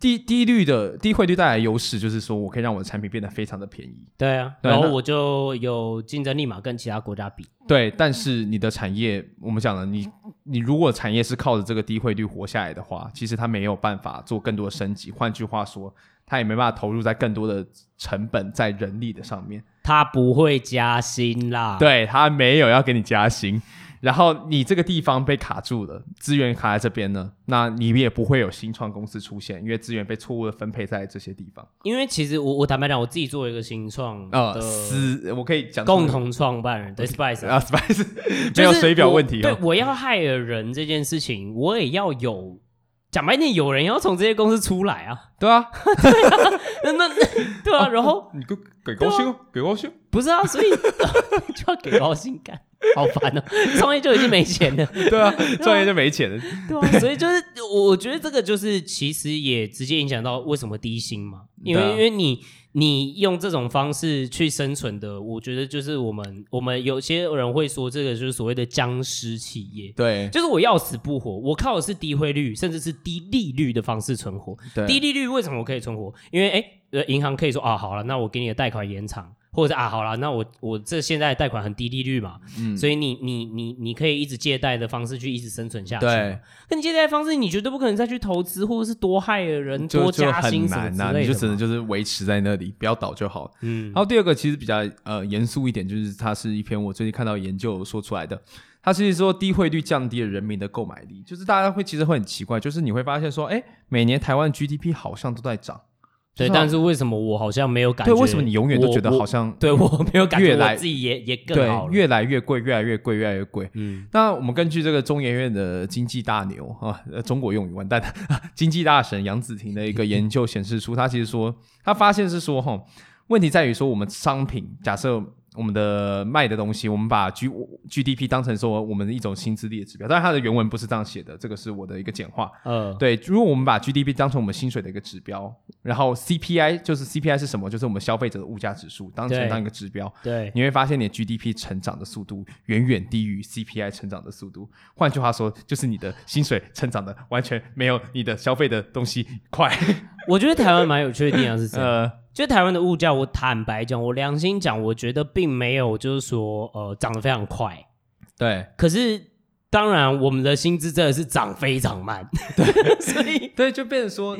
S2: 低低率的低汇率带来的优势就是说我可以让我的产品变得非常的便宜，
S1: 对啊，
S2: 对
S1: 然后
S2: 那
S1: 我就有竞争力嘛，跟其他国家比。
S2: 对，但是你的产业，我们讲了，你你如果产业是靠着这个低汇率活下来的话，其实它没有办法做更多的升级。换句话说，它也没办法投入在更多的成本在人力的上面。
S1: 他不会加薪啦，，
S2: 对，啊它没有要给你加薪，然后你这个地方被卡住了，资源卡在这边呢，那你也不会有新创公司出现，因为资源被错误的分配在这些地方。
S1: 因为其实我我坦白讲，我自己作为一个新创
S2: 呃，
S1: 的
S2: 私我可以讲出
S1: 共同创办人，对 Spice，
S2: 啊，Spice 没有水表问题
S1: 就是我
S2: 哦。
S1: 对，我要害了人这件事情，我也要有。讲白一点，有人要从这些公司出来啊，
S2: 对啊，
S1: 那那对啊，然后啊
S2: 你给给高薪哦，给高薪。
S1: 不是啊，所以就要给高薪干。好烦哦！创业就已经没钱了，
S2: 对啊，创业就没钱了。
S1: 对、啊，所以就是我觉得这个就是其实也直接影响到为什么低薪嘛，因为、
S2: 对啊
S1: 因为你你用这种方式去生存的，我觉得就是我们我们有些人会说这个就是所谓的僵尸企业。
S2: 对
S1: 就是我要死不活，我靠的是低汇率，甚至是低利率的方式存活。低利
S2: 对
S1: 率为什么我可以存活？因为哎，呃银行可以说啊，好了，那我给你的贷款延长，或者是啊，好了，那我我这现在贷款很低利率嘛，
S2: 嗯
S1: 所以你你你你可以一直借贷的方式去一直生存下去。
S2: 对，，
S1: 那你借贷方式，你绝对不可能再去投资或者是多害了人、
S2: 就
S1: 多
S2: 就
S1: 加
S2: 很
S1: 薪什么
S2: 难
S1: 之
S2: 呐、
S1: 类
S2: 你
S1: 的
S2: 就
S1: 嘛。
S2: 只能就是维持在那里，不要倒就好了。
S1: 嗯
S2: 然，后第二个其实比较呃严肃一点，就是它是一篇我最近看到研究说出来的，它其实说低汇率降低了人民的购买力，就是大家会其实会很奇怪，就是你会发现说，哎，每年台湾 GDP 好像都在涨，
S1: 对。
S2: 就是啊
S1: 但是为什么我好像没有感觉？
S2: 对，为什么你永远都觉得
S1: 我
S2: 好？像
S1: 我对我没有感觉，
S2: 越来
S1: 我自己也也更
S2: 对
S1: 好了。
S2: 越来越贵，越来越贵，越来越贵？
S1: 嗯，
S2: 那我们根据这个中研院的经济大牛啊，呃，中国用语完蛋 了，经济大神杨紫婷的一个研究显示出，他其实说，他发现是说，哈，问题在于说，我们商品假设我们的卖的东西，我们把 G GDP 当成说我们的一种薪资力的指标，当然它的原文不是这样写的，这个是我的一个简化。
S1: 呃，
S2: 对，如果我们把 GDP 当成我们薪水的一个指标，然后 CPI 就是 CPI 是什么？就是我们消费者的物价指数，当成
S1: 对
S2: 当一个指标。
S1: 对，
S2: 你会发现你的 GDP 成长的速度远远低于 CPI 成长的速度。换句话说，就是你的薪水成长的完全没有你的消费的东西快。
S1: 我觉得台湾蛮有趣的地方是这样。
S2: 呃，
S1: 就台湾的物价，我坦白讲，我良心讲，我觉得并没有就是说呃涨得非常快。
S2: 对
S1: 可是当然，我们的薪资真的是涨非常慢，所以
S2: 对，就变成说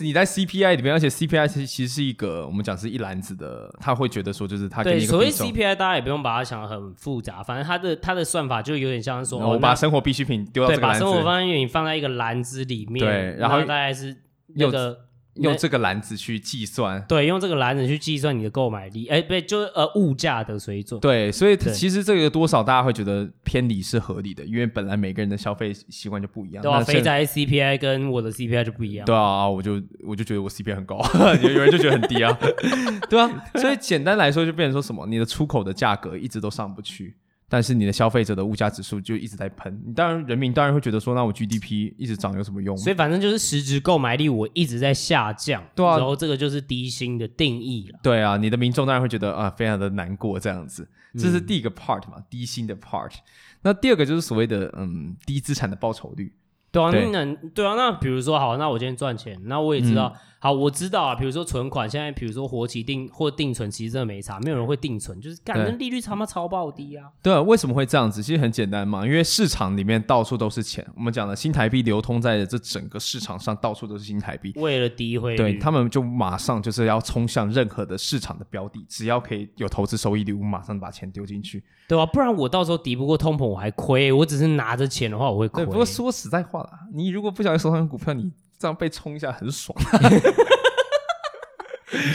S2: 你在 CPI 里面，而且 CPI 其实其实是一个我们讲是一篮子的，他会觉得说就是他给
S1: 对
S2: 你一
S1: 所
S2: 个
S1: 谓
S2: 比重。
S1: CPI，大家也不用把它想得很复杂，反正它的它的算法就有点像是说，
S2: 然后
S1: 哦
S2: 我
S1: 那
S2: 把生活必需品丢到
S1: 对
S2: 这个
S1: 把
S2: 篮
S1: 生活
S2: 子，
S1: 方面你放在一个篮子里面，
S2: 对然后
S1: 那大概是那个
S2: 用
S1: 那
S2: 这个篮子去计算。
S1: 对用这个篮子去计算你的购买力，哎，不对，就是呃物价的水准。
S2: 对，所以它
S1: 对
S2: 其实这个多少大家会觉得偏离是合理的，因为本来每个人的消费习惯就不一样。
S1: 对啊吧、
S2: 那
S1: 肥
S2: 现
S1: 宅 CPI 跟我的 CPI 就不一样。
S2: 对啊，我就我就觉得我 CP 很高， 有有人就觉得很低啊， 对啊，所以简单来说就变成说什么，你的出口的价格一直都上不去，但是你的消费者的物价指数就一直在喷，你当然人民当然会觉得说，那我 GDP 一直涨有什么用？
S1: 所以反正就是实质购买力我一直在下降，
S2: 对啊
S1: 然后这个就是低薪的定义了。
S2: 对啊，你的民众当然会觉得啊，非常的难过这样子，这
S1: 嗯
S2: 是第一个 part 嘛，低薪的 part。那第二个就是所谓的嗯低资产的报酬率，
S1: 对啊，
S2: 对
S1: 那那对啊，那比如说好，那我今天赚钱，那我也知道，
S2: 嗯
S1: 好，我知道啊，比如说存款，现在比如说活期定或定存，其实真的没差，没有人会定存，就是干
S2: 对
S1: 那利率他妈超爆低啊，
S2: 对啊，为什么会这样子？其实很简单嘛，因为市场里面到处都是钱。我们讲的新台币流通在这整个市场上，到处都是新台币。
S1: 为了低汇
S2: 对
S1: 率，
S2: 他们就马上就是要冲向任何的市场的标的，只要可以有投资收益率，我马上把钱丢进去。
S1: 对啊，不然我到时候敌不过通膨，我还亏，我只是拿着钱的话，我会亏。
S2: 对，不过说实在话啦，你如果不小心手上有股票，你这样被冲一下 很爽。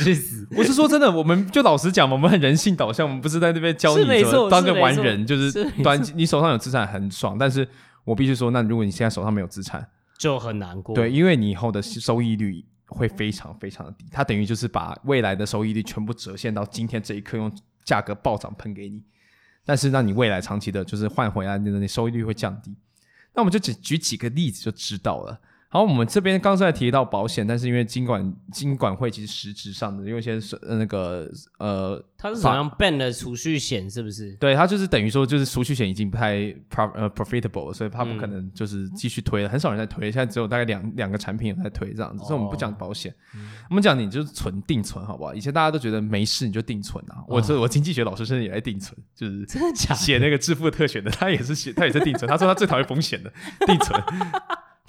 S1: 去死！
S2: 我是说真的，我们就老实讲，我们很人性导向，我们不是在那边教你
S1: 是没
S2: 怎么
S1: 错
S2: 当个
S1: 是没
S2: 完
S1: 错
S2: 人，就是
S1: 是没错
S2: 端你手上有资产很爽，但是我必须说，那如果你现在手上没有资产，
S1: 就很难过。
S2: 对，因为你以后的收益率会非常非常的低，它等于就是把未来的收益率全部折现到今天这一刻，用价格暴涨喷给你。但是让你未来长期的，就是换回来你的收益率会降低。那我们就只举几个例子就知道了。好，我们这边刚才提到保险，但是因为金管金管会其实实质上的，因为先是呃那个呃，
S1: 它是好像 ban 了储蓄险，是不是？
S2: 对它就是等于说就是储蓄险已经不太 prof 呃 profitable，了所以它不可能就是继续推了，很少人在推，现在只有大概两两个产品有在推这样子。所以我们不讲保险，我们讲你就是存定存好不好？以前大家都觉得没事你就定存啊，我这、我经济学老师甚至也在定存，就是
S1: 真的假的？
S2: 写那个《致富特选》的，他也是写，他也是定存。他说他最讨厌风险的定存。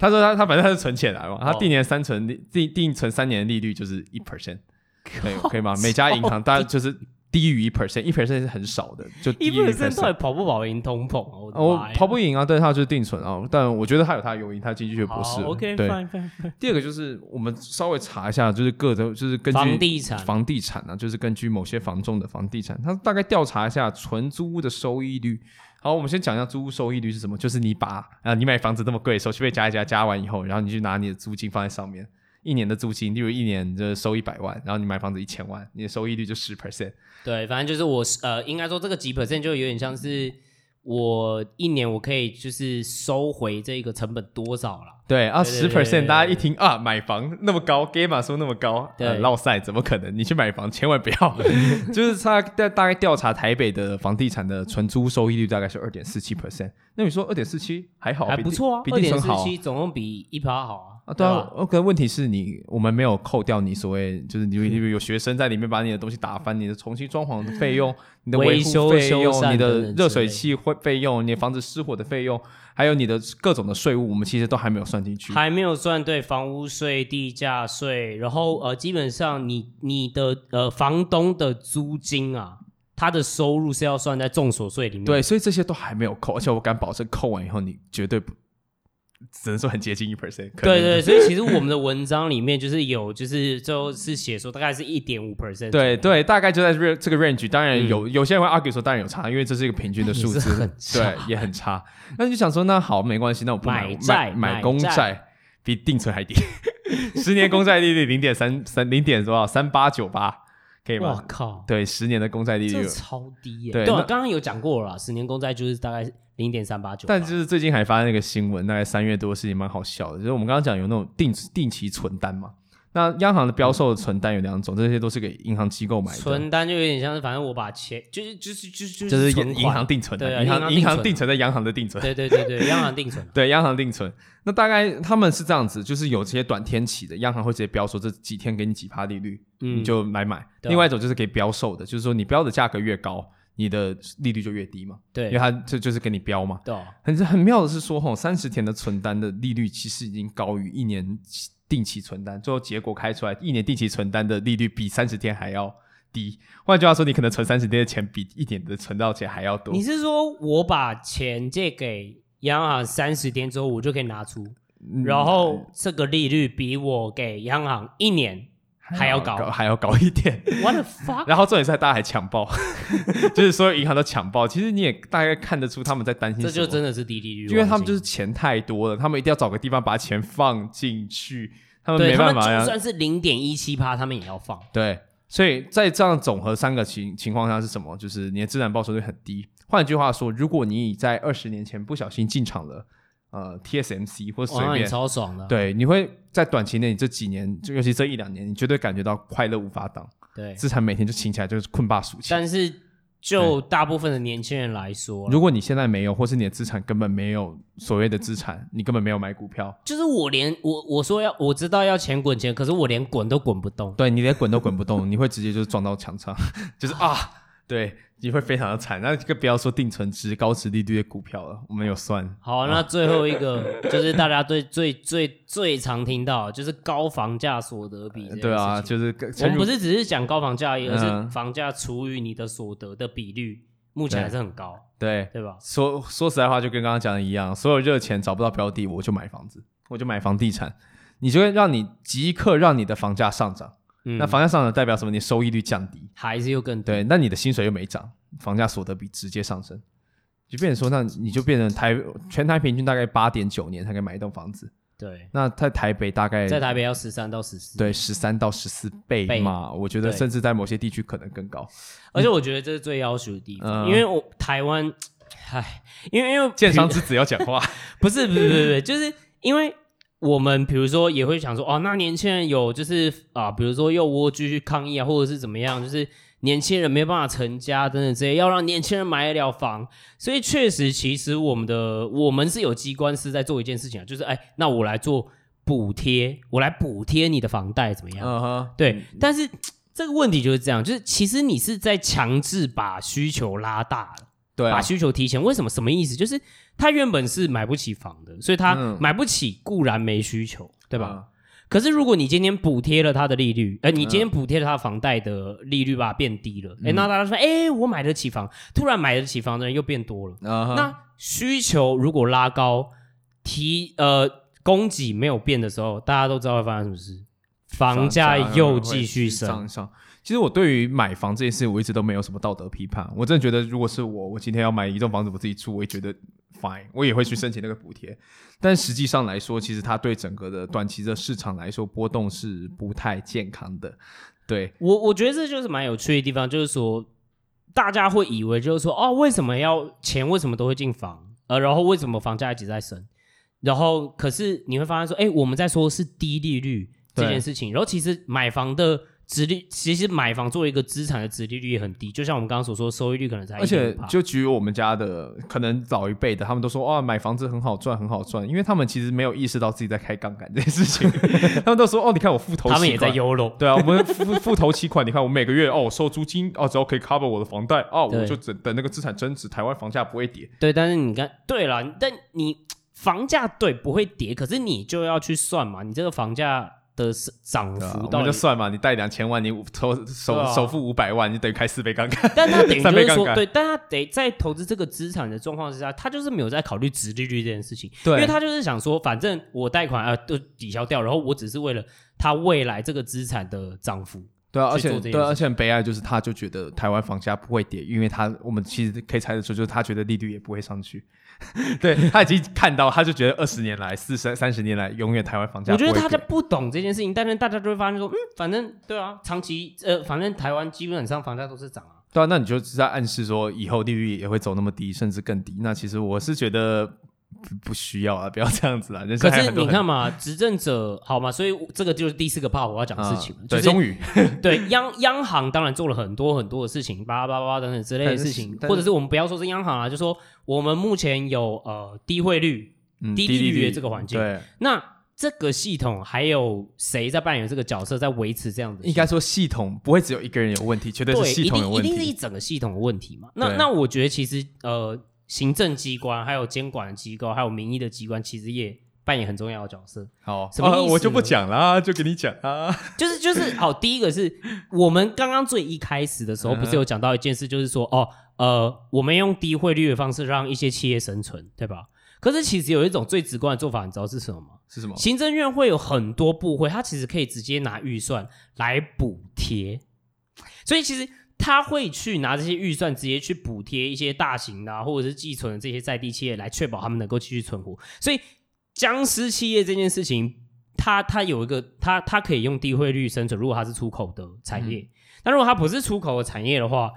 S2: 他说他他反正他是存钱来嘛，他
S1: 哦
S2: 定年三存定定存三年的利率就是一 percent，可以可以吗？每家银行大家就是低于一 percent，一 percent 是很少的，就 低
S1: 一
S2: 于一
S1: percent 到
S2: percent
S1: 底。跑不跑赢通膨啊？我的
S2: 哦，
S1: 妈呀
S2: 跑不赢啊，但是他就是定存啊，但我觉得他有他的诱因，他经济学博士
S1: 好
S2: 了。
S1: OK，
S2: 对。
S1: fine, fine, fine
S2: 第二个就是我们稍微查一下，就是各种就是根据
S1: 房地产
S2: 房地产啊，就是根据某些房仲的房地产，他大概调查一下纯租屋的收益率。好，我们先讲一下租屋收益率是什么，就是你把啊你买房子那么贵，手续费加一加，加完以后，然后你就拿你的租金放在上面，一年的租金，例如一年的收一百万，然后你买房子一千万，你的收益率就十 percent。
S1: 对，反正就是我呃，应该说这个几 percent 就有点像是我一年我可以就是收回这个成本多少啦？
S2: 对啊，
S1: 对
S2: 十
S1: 对对
S2: percent，大家一听啊，买房那么高，Gamma 说那么高，
S1: 对
S2: 呃落赛怎么可能？你去买房千万不 要，就是他大大概调查台北的房地产的纯租收益率大概是二点四七 percent，那你说二点四七还好，
S1: 还
S2: 比
S1: 不
S2: 地
S1: 错啊，
S2: 比
S1: 二
S2: 地
S1: 点
S2: 存
S1: 四
S2: 好啊
S1: 七总共比一趴好啊。
S2: 啊，对啊
S1: 吧，，
S2: 呃可问题是你我们没有扣掉你所谓就是你你有学生在里面把你的东西打翻，你的重新装潢的 费用、你的
S1: 维
S2: 维
S1: 修
S2: 护费
S1: 修缮
S2: 用、
S1: 等
S2: 你的
S1: 等之
S2: 热水
S1: 类
S2: 器会费用、你房子失火的费用，还有你的各种的税务，我们其实都还没有算进去。
S1: 还没有算对房屋税、地价税，然后呃，基本上你你的呃房东的租金啊，他的收入是要算在重所税里面。
S2: 对，所以这些都还没有扣，而且我敢保证，扣完以后你绝对不，只能说很接近一 percent。
S1: 对对，所以其实我们的文章里面就是有，就是就是写说大概是一点五 percent，，
S2: 对对，大概就在这这个 range。当然有、有些人会 argue 说，当然有差，因为这是一个平均的数
S1: 嗯也是
S2: 字，
S1: 很差
S2: 对，也很差。那你就想说，那好，没关系，那我不买
S1: 买
S2: 买
S1: 债买
S2: 买公
S1: 债
S2: 债，比定存还低， 十年公债利率零点三三零点多少三八九八，可以
S1: 我
S2: 吗？
S1: 靠，
S2: 对，十年的公债利
S1: 这
S2: 率。
S1: 超低耶、
S2: 对
S1: 对啊，
S2: 那
S1: 刚刚有讲过了啦，十年公债就是大概零点三八九，
S2: 但就是最近还发生一个新闻，大概三月多的事情蛮好笑的，就是我们刚刚讲有那种定定期存单嘛，那央行的标售的存单有两种，这些都是给银行机构买的，
S1: 存单就有点像是，反正我把钱就是就是就是
S2: 就是
S1: 是
S2: 银
S1: 存
S2: 银
S1: 款
S2: 行定存的，
S1: 对啊
S2: 银
S1: 银行
S2: 行
S1: 定
S2: 银
S1: 存
S2: 行定存在央行的定存，
S1: 对对对对，央行定存啊
S2: 对，央行定存。那大概他们是这样子，就是有这些短天期的，央行会直接标说这几天给你几趴利率，
S1: 嗯
S2: 你就来买。
S1: 对啊
S2: 另外一种就是给标售的，就是说你标的价格越高，你的利率就越低嘛，因为
S1: 对
S2: 它这就是给你标嘛。
S1: 对啊，
S2: 很很妙的是说，吼，三十天的存单的利率其实已经高于一年定期存单，最后结果开出来，一年定期存单的利率比三十天还要低。换句话说，你可能存三十天的钱比一年的存到钱还要多
S1: 你。是说我把钱借给央行三十天之后，我就可以拿出，
S2: 嗯
S1: 然后这个利率比我给央行一年还要高。
S2: 还要高一点。
S1: What the fuck？
S2: 然后重点是大家还抢报， 就是所有银行都抢报。其实你也大概看得出他们在担心什
S1: 这
S2: 么，
S1: 就真的是低利率环境，
S2: 因为他们就是钱太多了，他们一定要找个地方把钱放进去，他们
S1: 对
S2: 没
S1: 他
S2: 办
S1: 们
S2: 法
S1: 就
S2: 呀。
S1: 算是零点一七趴，他们也要放。
S2: 对，所以在这样总和三个情情况下是什么？就是你的自然报酬率很低。换句话说，如果你在二十年前不小心进场了，呃，TSMC 或随
S1: 哇，那你
S2: 便，
S1: 嗯超爽的。
S2: 对，你会在短期内，你这几年，就尤其这一两年，你绝对感觉到快乐无法挡，
S1: 对，
S2: 资产每天就请起来就是困霸数钱。
S1: 但是就大部分的年轻人来说啦，
S2: 如果你现在没有，或是你的资产根本没有所谓的资产，你根本没有买股票，
S1: 就是我连我我说要我知道要钱滚钱，可是我连滚都滚不动。
S2: 对你连滚都滚不动，你会直接就是撞到墙上， 就是啊，对，你会非常的惨。那更不要说定存值、高值利率的股票了，我们有算。
S1: 好，那最后一 个就是大家最最最最常听到的，就是高房价所得比这件
S2: 对啊，
S1: 事情。
S2: 就是
S1: 我们不
S2: 是
S1: 是只是讲高房价而已，而是
S2: 嗯
S1: 房价除以你的所得的比率，目前还是很高，
S2: 对。
S1: 对吧？
S2: 说说实在话，就跟刚刚讲的一样，所有热钱找不到标的，我就买房子，我就买房地产，你就会让你即刻让你的房价上涨。
S1: 嗯，
S2: 那房价上涨代表什么？你收益率降低，
S1: 还是又更低。
S2: 对，那你的薪水又没涨，房价所得比直接上升，就变成说，那你就变成台全台平均大概八点九年才可以买一栋房子，
S1: 对，
S2: 那在台北大概
S1: 在台北要十三到十四。
S2: 对十三到十四倍
S1: 倍
S2: 嘛，我觉得
S1: 对
S2: 甚至在某些地区可能更高，
S1: 而且我觉得这是最要求的地方，
S2: 嗯
S1: 因为我台湾，唉，因为因为
S2: 建商之子要讲 话，
S1: 不是不是不是不是，就是因为我们比如说也会想说，哦，那年轻人有就是啊，比如说又蜗居去抗议啊，或者是怎么样，就是年轻人没办法成家等等这些，要让年轻人买得了房，所以确实，其实我们的我们是有机关是在做一件事情啊，就是哎，那我来做补贴，我来补贴你的房贷怎么样？
S2: 嗯哼，
S1: 对，但是。这个问题就是这样，就是其实你是在强制把需求拉大了。
S2: 对啊
S1: 把，需求提前。为什么？什么意思？就是他原本是买不起房的，所以他
S2: 嗯
S1: 买不起固然没需求，对吧？
S2: 嗯？
S1: 可是如果你今天补贴了他的利率，哎、你今天补贴了他房贷的利率吧，变低
S2: 嗯
S1: 了，哎、那大家说，哎、我买得起房，突然买得起房的人又变多了，
S2: 嗯哼
S1: 那需求如果拉高，提呃供给没有变的时候，大家都知道会发生什么事，房价又继续升
S2: 上。上。其实我对于买房这件事，我一直都没有什么道德批判。我真的觉得，如果是我，我今天要买一栋房子我自己住，我也觉得 fine，我也会去申请那个补贴。但实际上来说，其实它对整个的短期的市场来说波动是不太健康的。对，
S1: 我我觉得这就是蛮有趣的地方，就是说大家会以为就是说，哦，为什么要钱为什么都会进房，呃，然后为什么房价一直在升，然后可是你会发现说，哎，我们在说是低利率这
S2: 对
S1: 件事情，然后其实买房的。殖利其实买房作为一个资产的殖利率也很低，就像我们刚刚所说，收益率可能才
S2: 而且
S1: 1.5%
S2: 就举我们家的，可能老一辈的，他们都说哇，买房子很好赚，很好赚，因为他们其实没有意识到自己在开杠杆这件 事情，他们都说哦，你看我付头期款，
S1: 他们也在优柔，
S2: 对啊，我们付付头期款，你看我每个月哦，我收租金哦，只要可以 cover 我的房贷哦，
S1: 对
S2: 我就等等那个资产增值，台湾房价不会跌。
S1: 对，但是你看，对了，但你房价对不会跌，可是你就要去算嘛，你这个房价的是涨
S2: 对啊
S1: 幅
S2: 我
S1: 到
S2: 们
S1: 底，
S2: 就算嘛，你贷两千万，你五首
S1: 对
S2: 首
S1: 啊
S2: 首付五百万，你等于开四倍杠杆。
S1: 但他等于
S2: 三
S1: 就
S2: 倍
S1: 是
S2: 杠
S1: 说，
S2: 杆
S1: 对，但他得在投资这个资产的状况之下，他就是没有在考虑殖利率这件事情，因为他就是想说，反正我贷款呃都抵消掉，然后我只是为了他未来这个资产的涨幅，
S2: 对啊，
S1: 去做
S2: 而且
S1: 这件
S2: 对啊，
S1: 事
S2: 而且很悲哀，就是他就觉得台湾房价不会跌，因为他我们其实可以猜得出，就是他觉得利率也不会上去。 对他已经看到，他就觉得二十年来、四十三十年来，永远台湾房价
S1: 我
S2: 不
S1: 觉
S2: 会
S1: 得大家
S2: 跌。
S1: 不懂这件事情，但是大家就会发现说，嗯，反正对啊，长期呃，反正台湾基本上房价都是涨啊。
S2: 对啊，那你就是在暗示说，以后利率也会走那么低，甚至更低。那其实我是觉得不不需要啊，不要这样子啊。人生
S1: 可
S2: 还有
S1: 是
S2: 很多
S1: 你看嘛，执政者好嘛，所以这个就是第四个 part 我要讲的
S2: 啊
S1: 事情，就
S2: 对，
S1: 是
S2: 终于
S1: 对央央行当然做了很多很多的事情，叭叭叭叭等等之类的
S2: 但是
S1: 事情，
S2: 但是
S1: 或者是我们不要说是央行啊，就说我们目前有呃低汇率，
S2: 嗯
S1: 低利率的这个环境
S2: 对，
S1: 那这个系统还有谁在扮演这个角色，在维持这样的系统？
S2: 应该说系统不会只有一个人有问题，绝对是
S1: 对，
S2: 系统有问
S1: 一定一定是一
S2: 题。
S1: 整个系统的问题嘛。那
S2: 对啊
S1: 那我觉得其实呃，行政机关还有监管的机构还有民意的机关，其实也扮演很重要的角色。
S2: 好，
S1: 什么意思
S2: 啊 我就不
S1: 呢
S2: 讲啦，就给你讲啊。
S1: 就是就是好，第一个是我们刚刚最一开始的时候，
S2: 嗯
S1: 不是有讲到一件事，就是说哦，呃，我们用低汇率的方式让一些企业生存，对吧？可是其实有一种最直观的做法，你知道是什么吗？
S2: 是什么？
S1: 行政院会有很多部会，它其实可以直接拿预算来补贴，所以其实他会去拿这些预算直接去补贴一些大型的、啊、或者是寄存的这些在地企业，来确保他们能够继续存活。所以僵尸企业这件事情，它它有一个它它可以用低汇率生存，如果它是出口的产
S2: 嗯
S1: 业，那如果它不是出口的产业的话。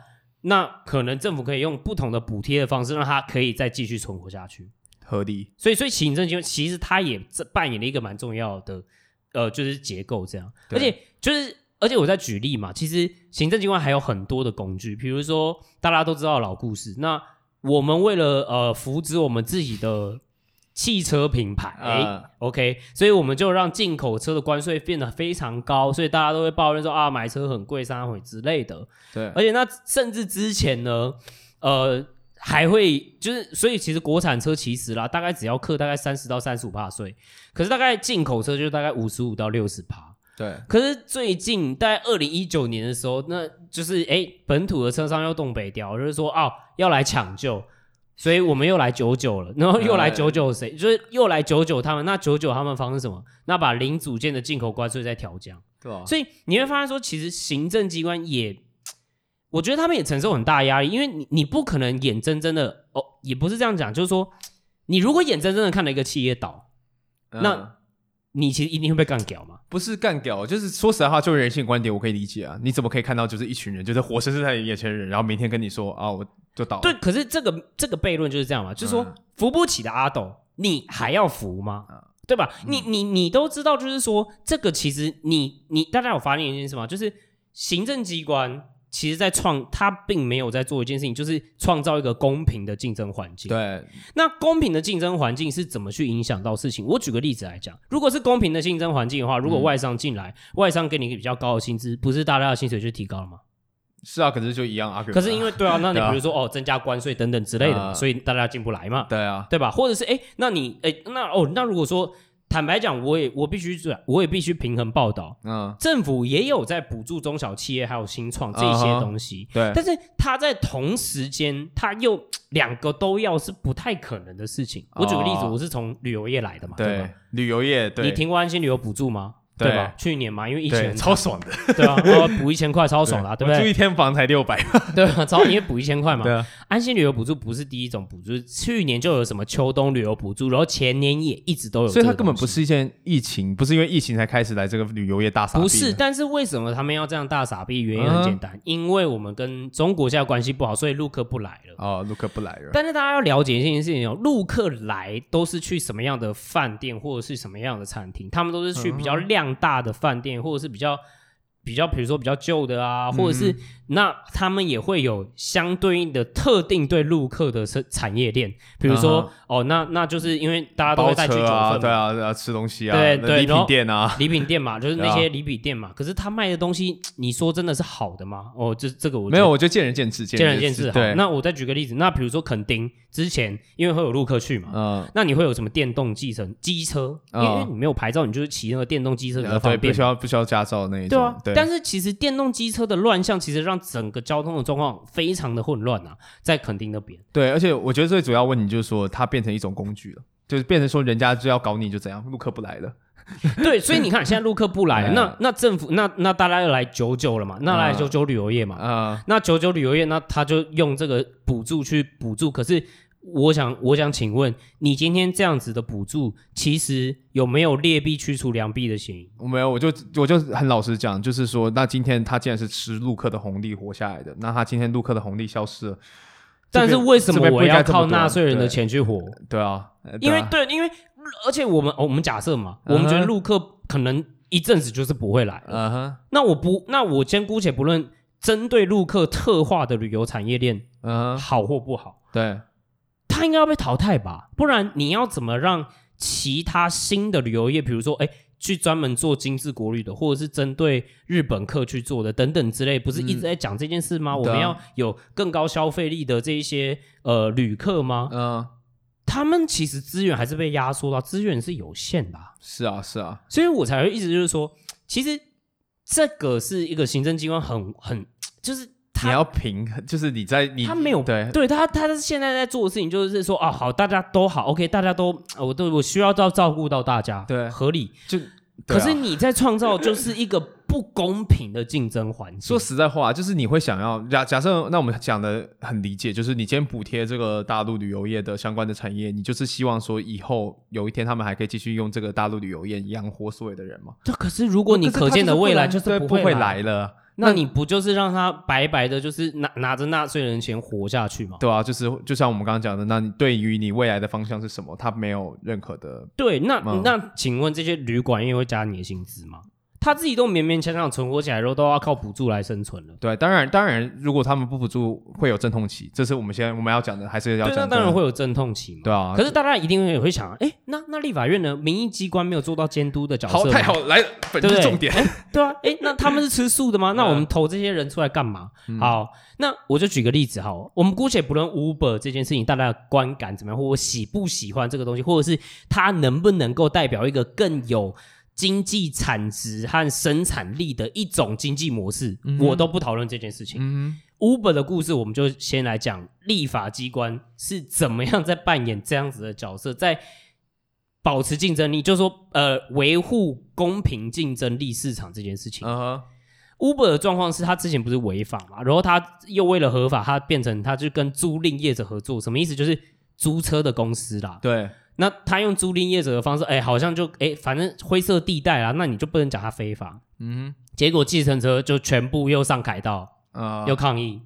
S1: 那可能政府可以用不同的补贴的方式，让它可以再继续存活下去。
S2: 合理。
S1: 所以，所以行政机关其实它也这扮演了一个蛮重要的，呃，就是结构这样。而
S2: 对
S1: 且就是，而且我在举例嘛，其实行政机关还有很多的工具，比如说大家都知道的老故事，那我们为了呃扶植我们自己的汽车品牌、
S2: 啊
S1: o k 所以我们就让进口车的关税变得非常高，所以大家都会抱怨说啊买车很贵、三回之类的。
S2: 对，
S1: 而且那甚至之前呢，呃，还会就是，所以其实国产车其实啦，大概只要克大概三十到三十五帕税，可是大概进口车就大概五十五到六十帕。
S2: 对，
S1: 可是最近在二零一九年的时候，那就是哎、本土的车商又东北调，就是说哦要来抢救，所以我们又来九九了，然后又来
S2: 哎
S1: 九九谁，就是又来九九他们。那九九他们方式是什么？那把零组件的进口关税再调降。
S2: 对吧？
S1: 所以你会发现说，其实行政机关也，我觉得他们也承受很大压力，因为你你不可能眼睁睁的哦，也不是这样讲，就是说，你如果眼睁睁的看了一个企业倒，
S2: 嗯
S1: 那你其实一定会被干掉嘛。
S2: 不是干掉，就是说实在话，就人性观点，我可以理解啊。你怎么可以看到就是一群人，就是活生生在你眼前的人，然后明天跟你说啊，我就倒了。
S1: 对，可是这个这个悖论就是这样嘛，就是说
S2: 嗯
S1: 扶不起的阿斗，你还要扶吗？对吧？你你你都知道，就是说这个其实你你大家有发现一件事吗？就是行政机关其实在创，他并没有在做一件事情，就是创造一个公平的竞争环境。
S2: 对
S1: 那公平的竞争环境是怎么去影响到事情？我举个例子来讲，如果是公平的竞争环境的话，如果外商进来，外商给你一个比较高的薪资，不是大家的薪水就提高了吗？
S2: 是啊，可是就一样 argument 啊。
S1: 可是因为 对啊，那你
S2: 对啊
S1: 比如说、哦，增加关税等等之类的嘛，
S2: 啊
S1: 所以大家进不来嘛，
S2: 对啊，
S1: 对吧？或者是哎，那你哎，那哦，那如果说坦白讲，我也我必须我也必须平衡报道，
S2: 嗯，
S1: 政府也有在补助中小企业还有新创这
S2: 啊
S1: 些
S2: 哈
S1: 东西。
S2: 对
S1: 但是他在同时间，他又两个都要是不太可能的事情。我举个例子，
S2: 哦
S1: 我是从旅游业来的嘛，对吧
S2: 对？，旅游业
S1: 你
S2: 对
S1: 停过安心旅游补助吗？对吧？去年嘛，因为疫
S2: 对，
S1: 情，
S2: 超爽的，
S1: 对啊，然后补一千块超爽啊啦，对不
S2: 我住
S1: 对？
S2: 一天房才六百，
S1: 对啊，超因为补一千块嘛。
S2: 对啊，
S1: 安心旅游补助不是第一种补助，去年就有什么秋冬旅游补助，然后前年也一直都有这个
S2: 所
S1: 东西，
S2: 以它根本不是一件疫情，不是因为疫情才开始来这个旅游业大傻逼嗯的，
S1: 不是，但是为什么他们要这样大傻逼？原因很简单，因为我们跟中国现在关系不好，所以陆客不来了。
S2: 哦，陆克不来了，
S1: 但是大家要了解一件事情哦，陆客来都是去什么样的饭店或者是什么样的餐厅，他们都是去比较
S2: 嗯
S1: 量大的饭店，或者是比较比较，比如说比较旧的啊，或者是、
S2: 嗯
S1: 那他们也会有相对应的特定对陆客的是产业链，比如说、哦，那那就是因为大家都
S2: 嗯包
S1: 会带去
S2: 车
S1: 九份
S2: 啊，
S1: 嘛，
S2: 对啊，对啊，吃东西啊，
S1: 对
S2: 那
S1: 对
S2: 礼
S1: 然
S2: 品
S1: 后
S2: 店啊，
S1: 礼品店嘛，就是那
S2: 对啊
S1: 些礼品店嘛。可是他卖的东西，你说真的是好的吗？哦，这这个我觉
S2: 没
S1: 得
S2: 有，我觉得见仁见智，
S1: 见仁见智。好
S2: 对，，
S1: 那我再举个例子，那比如说垦丁之前，因为会有陆客去嘛，
S2: 嗯，
S1: 那你会有什么电动计程机车？因为
S2: 嗯
S1: 因为你没有牌照，你就是骑那个电动机车比较
S2: 呃
S1: 方
S2: 对，不
S1: 便
S2: 需。要不需要驾照那一
S1: 对
S2: 种，
S1: 啊，但是其实电动机车的乱象，其实让整个交通的状况非常的混乱啊，在垦丁那边。
S2: 对，而且我觉得最主要问题就是说，它变成一种工具了，就是变成说人家就要搞你就怎样，陆客不来了，
S1: 对，所以你看，现在陆客不 来，啊
S2: 嗯
S1: 那那政府那那大家要来九九了嘛，那来
S2: 嗯
S1: 九九旅游业嘛，
S2: 啊，
S1: 那九九旅游业，那他就用这个补助去补助。可是，我想，我想请问你，今天这样子的补助，其实有没有劣币驱逐良币的嫌疑？
S2: 我没有，我就我就很老实讲，就是说，那今天他既然是吃陆客的红利活下来的，那他今天陆客的红利消失了，这
S1: 但
S2: 边
S1: 是为什
S2: 这
S1: 么
S2: 边不
S1: 我
S2: 应该
S1: 要
S2: 这么
S1: 靠
S2: 多啊
S1: 纳税人的
S2: 对
S1: 钱去活？
S2: 对啊，呃
S1: 因
S2: 对
S1: 为
S2: 啊
S1: 对，因为而且我们、哦我们假设嘛，我们觉
S2: 嗯
S1: 得
S2: 哼
S1: 陆客可能一阵子就是不会来。
S2: 嗯哼，
S1: 那我不，那我先姑且不论针对陆客特化的旅游产业链
S2: 嗯哼，
S1: 好或不好，
S2: 对，
S1: 它应该要被淘汰吧？不然你要怎么让其他新的旅游业，比如说哎，去专门做精致国旅的，或者是针对日本客去做的等等之类，不是一直在讲这件事吗？我
S2: 嗯对
S1: 们
S2: 啊
S1: 要有更高消费力的这一些呃旅客吗？
S2: 嗯，
S1: 他们其实资源还是被压缩到，资源是有限的啊、
S2: 是啊，是啊，
S1: 所以我才会一直就是说，其实这个是一个行政机关很很就是
S2: 你
S1: 他
S2: 要平衡，就是你在你
S1: 他没有
S2: 对
S1: 对他，他现在在做的事情就是说啊，好，大家都好，OK，大家都，呃我都我需要照照顾到大家，
S2: 对
S1: 合理。
S2: 就，对
S1: 可
S2: 啊
S1: 是你在创造就是一个不公平的竞争环境
S2: 说。实在话，就是你会想要假假设，那我们讲的很理解，就是你今天补贴这个大陆旅游业的相关的产业，你就是希望说以后有一天他们还可以继续用这个大陆旅游业养活所有的人嘛？
S1: 对，可是如果你可见的未来
S2: 可
S1: 是
S2: 他
S1: 会
S2: 会
S1: 来，
S2: 来了，
S1: 那你不就是让他白白的，就是拿拿着纳税人的钱活下去吗？
S2: 对啊，就是就像我们刚刚讲的，那你对于你未来的方向是什么，他没有任何的，
S1: 对，那、
S2: 嗯
S1: 那请问这些旅馆业会加你的薪资吗？他自己都勉勉强强存活起来，然后都要靠补助来生存了。
S2: 对，当然当然，如果他们不补助，会有阵痛期，这是我们现在我们要讲的，还是要
S1: 对，
S2: 讲
S1: 那
S2: 的，
S1: 当然会有阵痛期嘛。
S2: 对啊，
S1: 可是大家一定也会想，哎、那那立法院呢？民意机关没有做到监督的角色，
S2: 好太，好来了，本
S1: 对
S2: 是
S1: 不对
S2: 重点，嗯
S1: 对啊，哎、那他们是吃素的吗？那我们投这些人出来干嘛？好，那我就举个例子哈，我们姑且不论 Uber 这件事情大家的观感怎么样，或我喜不喜欢这个东西，或者是它能不能够代表一个更有。经济产值和生产力的一种经济模式，我都不讨论这件事情。
S2: 嗯
S1: Uber 的故事，我们就先来讲立法机关是怎么样在扮演这样子的角色，在保持竞争力，就是说呃维护公平竞争力市场这件事情。
S2: 嗯哼。
S1: Uber 的状况是他之前不是违法嘛，然后他又为了合法，他变成他就跟租赁业者合作，什么意思？就是租车的公司啦。
S2: 对，
S1: 那他用租赁业者的方式，哎，好像就哎，反正灰色地带啊，那你就不能讲他非法。
S2: 嗯
S1: 结果计程车就全部又上凯道，
S2: 哼，啊
S1: 又抗议，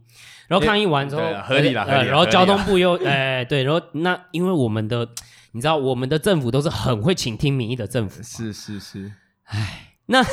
S1: 然后抗议完之后
S2: 对啊，合理啦
S1: 呃
S2: 合理啦
S1: 然后
S2: 合理啦
S1: 交通部又， 哎，对，然后那因为我们的，你知道，我们的政府都是很会倾听民意的政府，
S2: 是是是，
S1: 那
S2: 走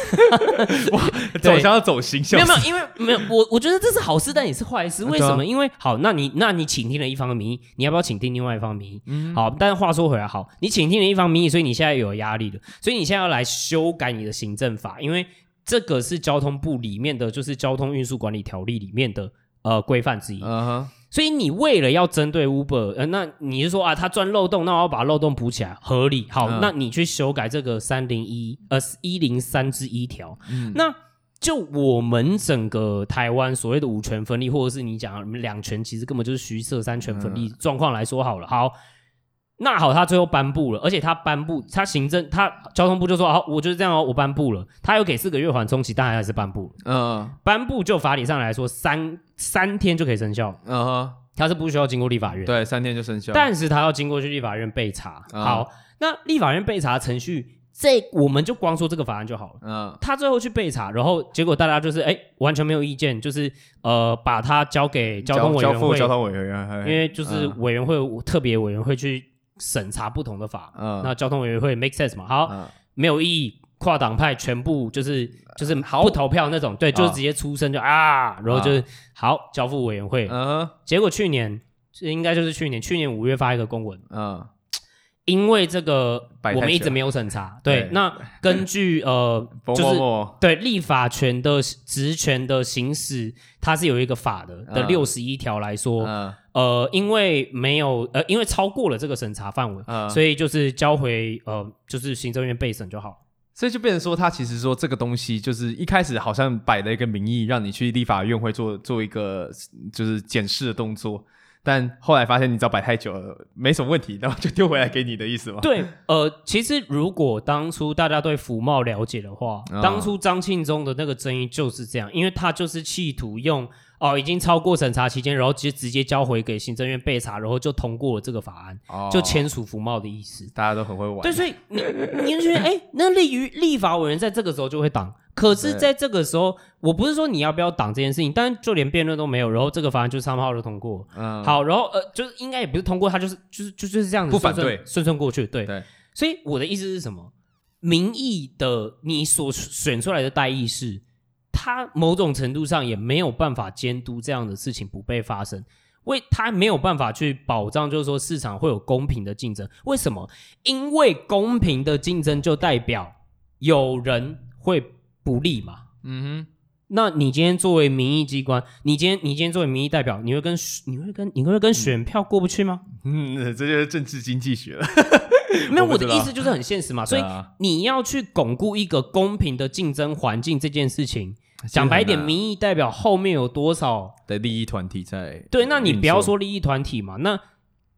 S1: 对
S2: 想要走形象，
S1: 没有没有，因为没有我，我觉得这是好事，但也是坏事。
S2: 对啊
S1: 为什么？因为好，那你那你倾听了一方的民意，你要不要倾听另外一方民意？
S2: 嗯
S1: 好，但是话说回来，好，你倾听了一方民意，所以你现在有压力了，所以你现在要来修改你的行政法，因为这个是交通部里面的，就是交通运输管理条例里面的呃规范之一。
S2: 嗯哼，
S1: 所以你为了要针对 Uber，呃，那你是说啊，他钻漏洞，那我要把漏洞补起来，合理。好，
S2: 嗯
S1: 那你去修改这个三零一呃一零三之一条，
S2: 嗯
S1: 那就我们整个台湾所谓的五权
S2: 嗯
S1: 分立，或者是你讲的两权，其实根本就是虚设三权分立状况来说好了。好，那好，他最后颁布了，而且他颁布，他行政他交通部就说好，我就是这样哦，我颁布了。他有给四个月缓冲期，但还是颁布了。
S2: 嗯
S1: 颁布就法理上来说，三三天就可以生效，
S2: 嗯哼，
S1: 他是不需要经过立法院。
S2: 对，啊三天就生效。
S1: 但是他要经过去立法院备查。
S2: 嗯
S1: 好，那立法院备查程序，这我们就光说这个法案就好了。
S2: 嗯
S1: 他最后去备查，然后结果大家就是哎、完全没有意见，就是呃把它交给交通委
S2: 嗯交
S1: 员
S2: 付
S1: 会，
S2: 交通委员会，
S1: 因为就是
S2: 嗯
S1: 委员会、特别委员会去审查不同的法。
S2: 嗯
S1: 那交通委员会 make sense 嘛？好，
S2: 嗯
S1: 没有异议，跨党派全部就是就是
S2: 呃
S1: 不投票那种，对，就是直接出声就啊，然后就是好交付委员会。
S2: 嗯
S1: 结果去年这应该就是去年，去年五月发一个公文，
S2: 嗯
S1: 因为这个
S2: 摆太
S1: 我们一
S2: 久
S1: 直没有审查。对
S2: 对，
S1: 那根据 呃，
S2: 某
S1: 就是
S2: 某某
S1: 对立法权的职权的行使，它是有一个法的的
S2: 嗯
S1: 六十一条来说，
S2: 嗯
S1: 呃，因为没有呃，因为超过了这个审查范围，
S2: 嗯，所以
S1: 所以就是交回呃，就是行政院备审就好。
S2: 所以就变成说，他其实说这个东西就是一开始好像摆了一个名义，让你去立法院会做做一个就是检视的动作，但后来发现你只要摆太久了没什么问题，然后就丢回来给你的意思吗？
S1: 对，呃，其实如果当初大家对服贸了解的话，
S2: 嗯
S1: 当初张庆忠的那个争议就是这样，因为他就是企图用哦已经超过审查期间，然后直接直接交回给行政院备查，然后就通过了这个法案，
S2: 哦
S1: 就签署服贸的意思。
S2: 大家都很会玩，
S1: 对，所以你你就觉得，哎、那立于立法委员在这个时候就会挡，可是
S2: 对
S1: 在这个时候，我不是说你要不要挡这件事情，但是就连辩论都没有，然后这个法案就三号就通过了。
S2: 嗯，
S1: 好，然后呃，就是应该也不是通过，他就是就是就就是这样子
S2: 不反
S1: 顺顺
S2: 对
S1: 顺顺过去，对。
S2: 对
S1: 所以我的意思是什么？民意的你所选出来的代议士，他某种程度上也没有办法监督这样的事情不被发生，为他没有办法去保障，就是说市场会有公平的竞争。为什么？因为公平的竞争就代表有人会不利嘛。
S2: 嗯
S1: 那你今天作为民意机关，你今天你今天作为民意代表，你会跟你会跟你会跟选票过不去吗？
S2: 哼， 嗯，这就是政治经济学了。
S1: 没有，
S2: 嗯我不
S1: 我的
S2: 知道
S1: 意思就是很现实嘛，所以
S2: 对啊
S1: 你要去巩固一个公平的竞争环境这件事情，讲白一点，
S2: 啊很难
S1: 民意代表后面有多少？
S2: 的利益团体在
S1: 对，那你
S2: 运
S1: 不要
S2: 作
S1: 说利益团体嘛，那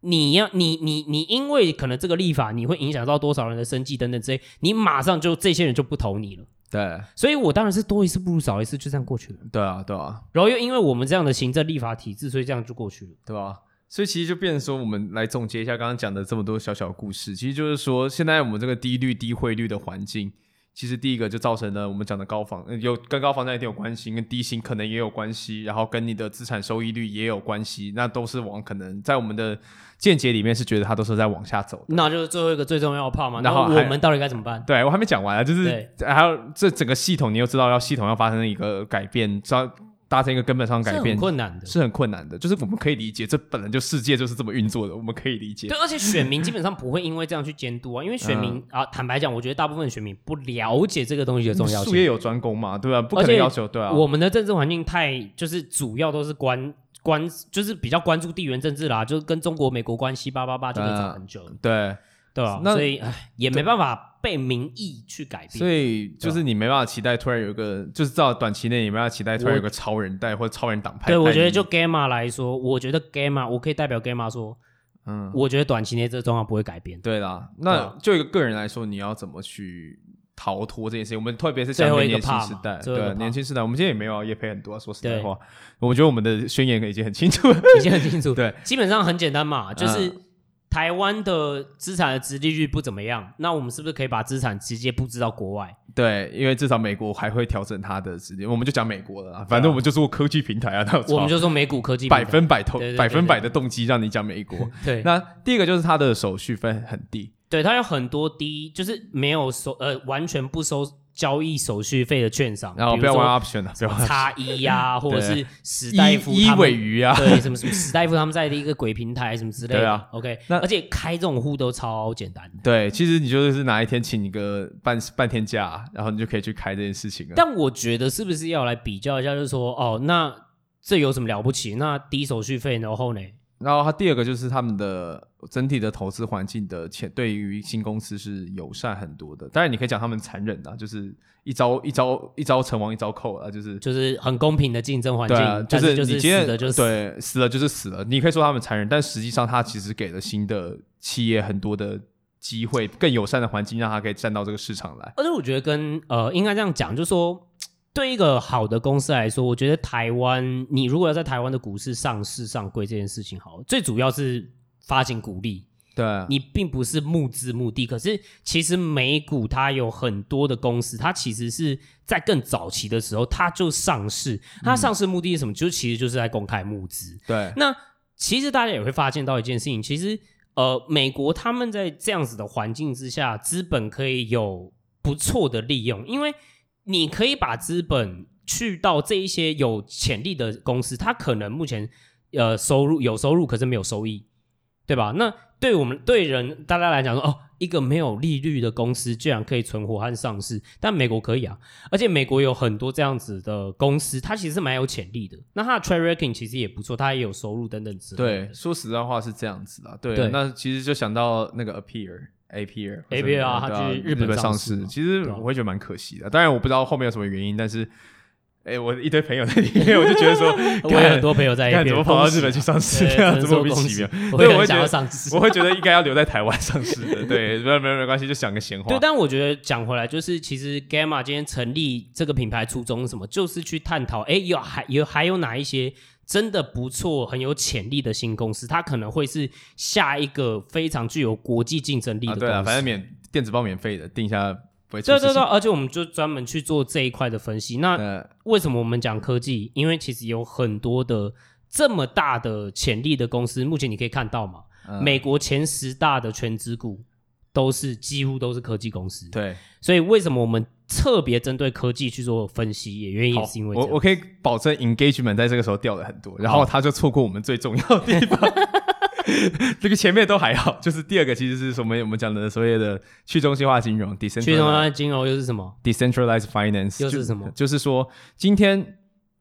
S1: 你要你你你因为可能这个立法你会影响到多少人的生计等等之类，你马上就这些人就不投你了。
S2: 对
S1: 所以我当然是多一事不如少一事，就这样过去了。
S2: 对啊对啊
S1: 然后又因为我们这样的行政立法体制，所以这样就过去了。
S2: 对啊，所以其实就变成说，我们来总结一下刚刚讲的这么多小小故事，其实就是说，现在我们这个低率低汇率的环境，其实第一个就造成了我们讲的高房，呃有跟高房价一定有关系，跟低薪可能也有关系，然后跟你的资产收益率也有关系，那都是往可能在我们的见解里面是觉得它都是在往下走的。
S1: 那就是最后一个最重要的 part 嘛。
S2: 然后
S1: 那
S2: 还
S1: 我们到底该怎么办？
S2: 对我还没讲完啊，就是
S1: 对
S2: 还有这整个系统，你又知道要系统要发生一个改变，知道达成一个根本上的
S1: 是
S2: 改
S1: 很
S2: 变。
S1: 困难的。
S2: 是很困难的，就是我们可以理解，这本来就世界就是这么运作的，我们可以理解。
S1: 对，而且选民基本上不会因为这样去监督啊，
S2: 嗯
S1: 因为选民、啊，坦白讲，我觉得大部分选民不了解这个东西的重要
S2: 术业
S1: 性。
S2: 有专攻嘛，对吧、不可
S1: 而
S2: 能
S1: 且
S2: 要求对嗯啊。
S1: 我们的政治环境太就是主要都是关关，就是比较关注地缘政治啦，就是跟中国、美国关系八八八就可以讲很久了，
S2: 对，
S1: 对吧、
S2: 那
S1: 所以唉也没办法被民意去改变。
S2: 所以就是你没办法期待突然有一个，就是到短期内你没办法期待突然
S1: 我
S2: 有个超人带或者超人党派
S1: 对，
S2: 带领你。
S1: 我觉得就 Gamma 来说，我觉得 Gamma 我可以代表 Gamma 说，
S2: 嗯，
S1: 我觉得短期内这个状况不会改变。
S2: 对啦。
S1: 对
S2: 那
S1: 啊
S2: 就一个个人来说，你要怎么去逃脱这件事情？我们特别是
S1: 最
S2: 讲
S1: 后一个
S2: 年轻
S1: part
S2: 时
S1: 嘛
S2: 代，
S1: 最后一
S2: 对
S1: 个
S2: 啊
S1: part
S2: 年轻时代，我们现在也没有要业配很多、啊，说实在
S1: 对
S2: 话，我觉得我们的宣言已经很清楚 了。
S1: 已经很清楚。
S2: 对，嗯
S1: 基本上很简单嘛，就是台湾的资产的殖利率不怎么样，那我们是不是可以把资产直接布置到国外？
S2: 对，因为至少美国还会调整它的时间，我们就讲美国了啦。反正我们就做科技平台啊，那有差
S1: 啊我们就说美股科技平台
S2: 百分百投
S1: 对对对
S2: 百分
S1: 对
S2: 百的动机让你讲美国。
S1: 对，
S2: 那第一个就是它的手续费很低，
S1: 对它有很多低，就是没有收呃完全不收交易手续费的券商，
S2: 然后
S1: 比如
S2: 不要
S1: 说
S2: 玩 option 啊了，不要玩
S1: 差一 呀，或者是史
S2: 一
S1: 黛夫
S2: 一
S1: 他
S2: 尾
S1: 们。
S2: 鱼啊，
S1: 对，什么什么史黛夫他们在的一个鬼平台什么之类的，
S2: 对啊
S1: ，OK，
S2: 那
S1: 而且开这种户都超简单的，
S2: 对，其实你就是哪一天请一个半半天假，然后你就可以去开这件事情了。
S1: 但我觉得是不是要来比较一下，就是说，哦，那这有什么了不起？那低手续费，然后呢？
S2: 然后它第二个就是他们的整体的投资环境的潜对于新公司是友善很多的。当然你可以讲他们残忍啊，就是一招一招一招成王一招寇啊，就是。
S1: 就是很公平的竞争环境，
S2: 对啊，
S1: 但
S2: 是
S1: 就
S2: 你
S1: 是
S2: 今天
S1: 死的就是死
S2: 对死了就是死了，你可以说他们残忍，但实际上他其实给了新的企业很多的机会，更友善的环境，让它可以站到这个市场来。
S1: 而且我觉得跟呃，应该这样讲，就是说，对一个好的公司来说，我觉得台湾，你如果要在台湾的股市上市上柜这件事情，好了，最主要是发行股利，
S2: 对，啊
S1: 你并不是募资目的。可是其实美股它有很多的公司，它其实是在更早期的时候它就上市，它上市目的是什么？就其实就是在公开募资。
S2: 对，
S1: 那其实大家也会发现到一件事情，其实呃，美国他们在这样子的环境之下，资本可以有不错的利用，因为你可以把资本去到这一些有潜力的公司，它可能目前呃收入有收入，可是没有收益，对吧？那对我们对人大家来讲说，哦，一个没有利率的公司居然可以存活和上市，但美国可以啊，而且美国有很多这样子的公司，它其实蛮有潜力的。那它的 track record 其实也不错，它也有收入等等之类
S2: 对
S1: 的，。
S2: 说实在话是这样子的。对，
S1: 对
S2: 那其实就想到那个 appear。A P R
S1: Appear 啊
S2: 对
S1: 它去日
S2: 日
S1: 本
S2: 上
S1: 上市嘛
S2: 其实
S1: 对啊
S2: 我会觉得蛮可惜的。当然我不知道后面有什么原因，但是，哎、我一堆朋友在里面，我就觉 得说，
S1: 我有很多朋友 在那
S2: 看怎
S1: 边
S2: 么跑到日本去上市，
S1: 对
S2: 这 样
S1: 只能
S2: 子
S1: 说
S2: 莫名
S1: 恭
S2: 其
S1: 喜
S2: 妙。
S1: 我
S2: 对
S1: 也很
S2: 我会
S1: 想
S2: 觉
S1: 要
S2: 得
S1: 上市
S2: 我。会觉得应该要留在台湾上市的，对， 没有没有没关系，就想个闲话
S1: 对，。但我觉得讲回来，就是其实 Gamma 今天成立这个品牌初衷是什么，就是去探讨，哎，有还有还有哪一些真的不错、很有潜力的新公司，它可能会是下一个非常具有国际竞争力的
S2: 啊，
S1: 公司。
S2: 对啊，反正免电子报免费的，定一下不会出
S1: 对
S2: 事
S1: 对
S2: 情。
S1: 对，而且我们就专门去做这一块的分析。那
S2: 呃，
S1: 为什么我们讲科技？因为其实有很多的这么大的潜力的公司，目前你可以看到嘛，
S2: 嗯
S1: 美国前十大的全资股都是几乎都是科技公司。
S2: 对，
S1: 所以为什么我们特别针对科技去做分析，也原因
S2: 好
S1: 也是因为这
S2: 我
S1: 样
S2: 我可以保证 engagement 在这个时候掉了很多，然后
S1: 好
S2: 他就错过我们最重要的 地方。这个前面都还好，就是第二个其实是什么？我们讲的所谓的去中心化金融
S1: 去中
S2: （decentralized
S1: 央金融又是什么？
S2: decentralized finance）
S1: 又是
S2: 就
S1: 什么
S2: 就是说，今天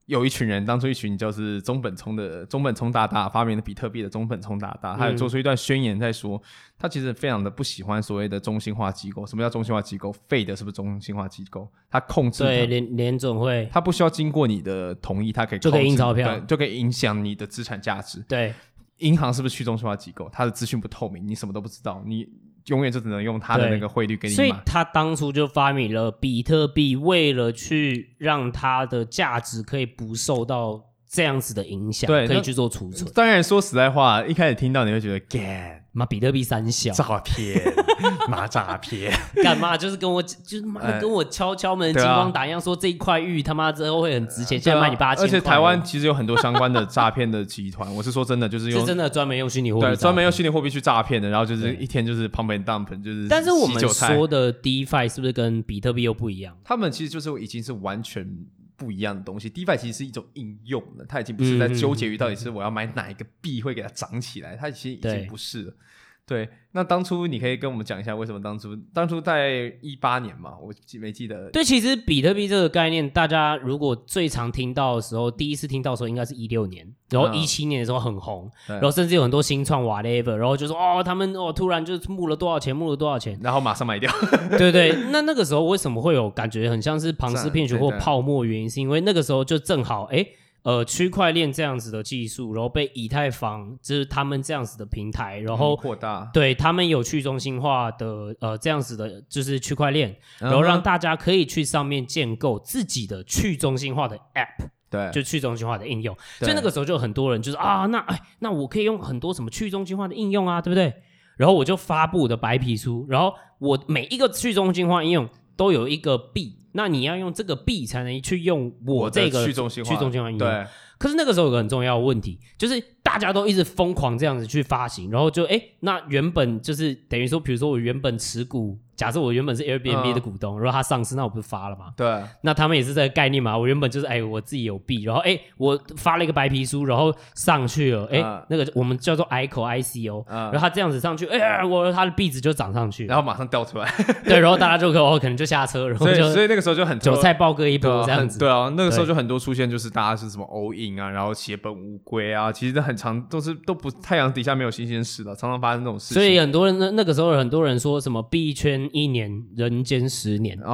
S2: 有一群人，当初一群就是中本聪的中本聪大大发明的比特币的中本聪大大，他有
S1: 嗯
S2: 做出一段宣言，在说、他其实非常的不喜欢所谓的中心化机构。什么叫中心化机构？费的是不是中心化机构？他控制
S1: 对，
S2: 它
S1: 联联总会，
S2: 它不需要经过你的同意，它可以
S1: 就可以
S2: 控制
S1: 印钞票
S2: 对就可以影响你的资产价值。
S1: 对
S2: 银行是不是去中心化机构？它的资讯不透明，你什么都不知道，你永远就只能用它的
S1: 对
S2: 那个汇率给你
S1: 所以
S2: 买。
S1: 他当初就发明了比特币，为了去让它的价值可以不受到这样子的影响，
S2: 对
S1: 可以
S2: 那嗯
S1: 去做储存。
S2: 当然，说实在话，一开始听到你会觉得干
S1: 妈，比特币三小，
S2: 诈骗，妈诈骗，
S1: 干嘛？就是跟我，就是妈的
S2: 哎
S1: 跟我敲敲门，
S2: 对
S1: 金
S2: 啊
S1: 光打一样，说这一块玉他妈之后会很值钱， 现在卖你八千。
S2: 而且台湾其实有很多相关的诈骗的 集团，我是说真的，就是
S1: 是
S2: 用
S1: 真的专门用虚拟货币
S2: 对
S1: 诈
S2: 专
S1: 骗
S2: 门用虚拟货币去诈骗的，然后就是一天就是 pump and dump，就是
S1: 但是我
S2: 洗
S1: 们
S2: 韭菜
S1: 说的 DeFi 是不是跟比特币又不一样？
S2: 他们其实就是已经是完全不一样的东西。DeFi 其实是一种应用了，它已经不是在纠结于到底是我要买哪一个币会给它涨起来，它其实已
S1: 对
S2: 经不是了。对，那当初你可以跟我们讲一下为什么当初当初在一八年嘛，我记没记得？
S1: 对，其实比特币这个概念，大家如果最常听到的时候，第一次听到的时候应该是一六年，然后
S2: 嗯
S1: 一七年的时候很红，
S2: 对，
S1: 然后甚至有很多新创 whatever，然后就说哦，他们哦突然就募了多少钱，募了多少钱
S2: 然后马上买掉，
S1: 对 对。那那个时候为什么会有感觉很像是庞氏骗局
S2: 对
S1: 或
S2: 对
S1: 泡沫？原因是因为那个时候就正好哎。呃，区块链这样子的技术，然后被以太坊，就是他们这样子的平台， 然后
S2: 扩大，
S1: 对他们有去中心化的呃这样子的，就是区块链，然后
S2: 嗯哼
S1: 让大家可以去上面建构自己的去中心化的 App，
S2: 对
S1: 就去中心化的应用。
S2: 嗯对
S1: 所以那个时候就很多人就是啊，那哎，那我可以用很多什么去中心化的应用啊，对不对？然后我就发布我的白皮书，然后我每一个去中心化应用都有一个币，那你要用这个币才能去用我
S2: 我的
S1: 这个
S2: 去中心化，
S1: 去中心化应用。
S2: 对
S1: 可是那个时候有个很重要的问题，就是大家都一直疯狂这样子去发行，然后就哎，诶那原本就是等于说，比如说我原本持股，假设我原本是 Airbnb
S2: 嗯
S1: 的股东，然后它上市，那我不是发了吗？
S2: 对
S1: 那他们也是这个概念嘛。我原本就是哎，我自己有币，然后哎，我发了一个白皮书，然后上去了，哎，
S2: 嗯
S1: 那个我们叫做 ICO ICO，、
S2: 嗯
S1: 然后它这样子上去，哎，我它的币值就涨上去，
S2: 然后马上掉出来，
S1: 对，然后大家就可哦，可能就下车，然后
S2: 所以所
S1: 就
S2: 以那个时候就很多
S1: 韭菜爆各一
S2: 对
S1: 波
S2: 啊，
S1: 这样
S2: 很
S1: 子。
S2: 对啊，那个时候
S1: 对
S2: 就很多出现就是大家是什么 all in 啊，然后血本无归啊，其实很常都是都不太阳底下没有新鲜事了，常常发生这种事情。
S1: 所以很多人那那个时候很多人说什么币圈一年，人间十年，
S2: 哦，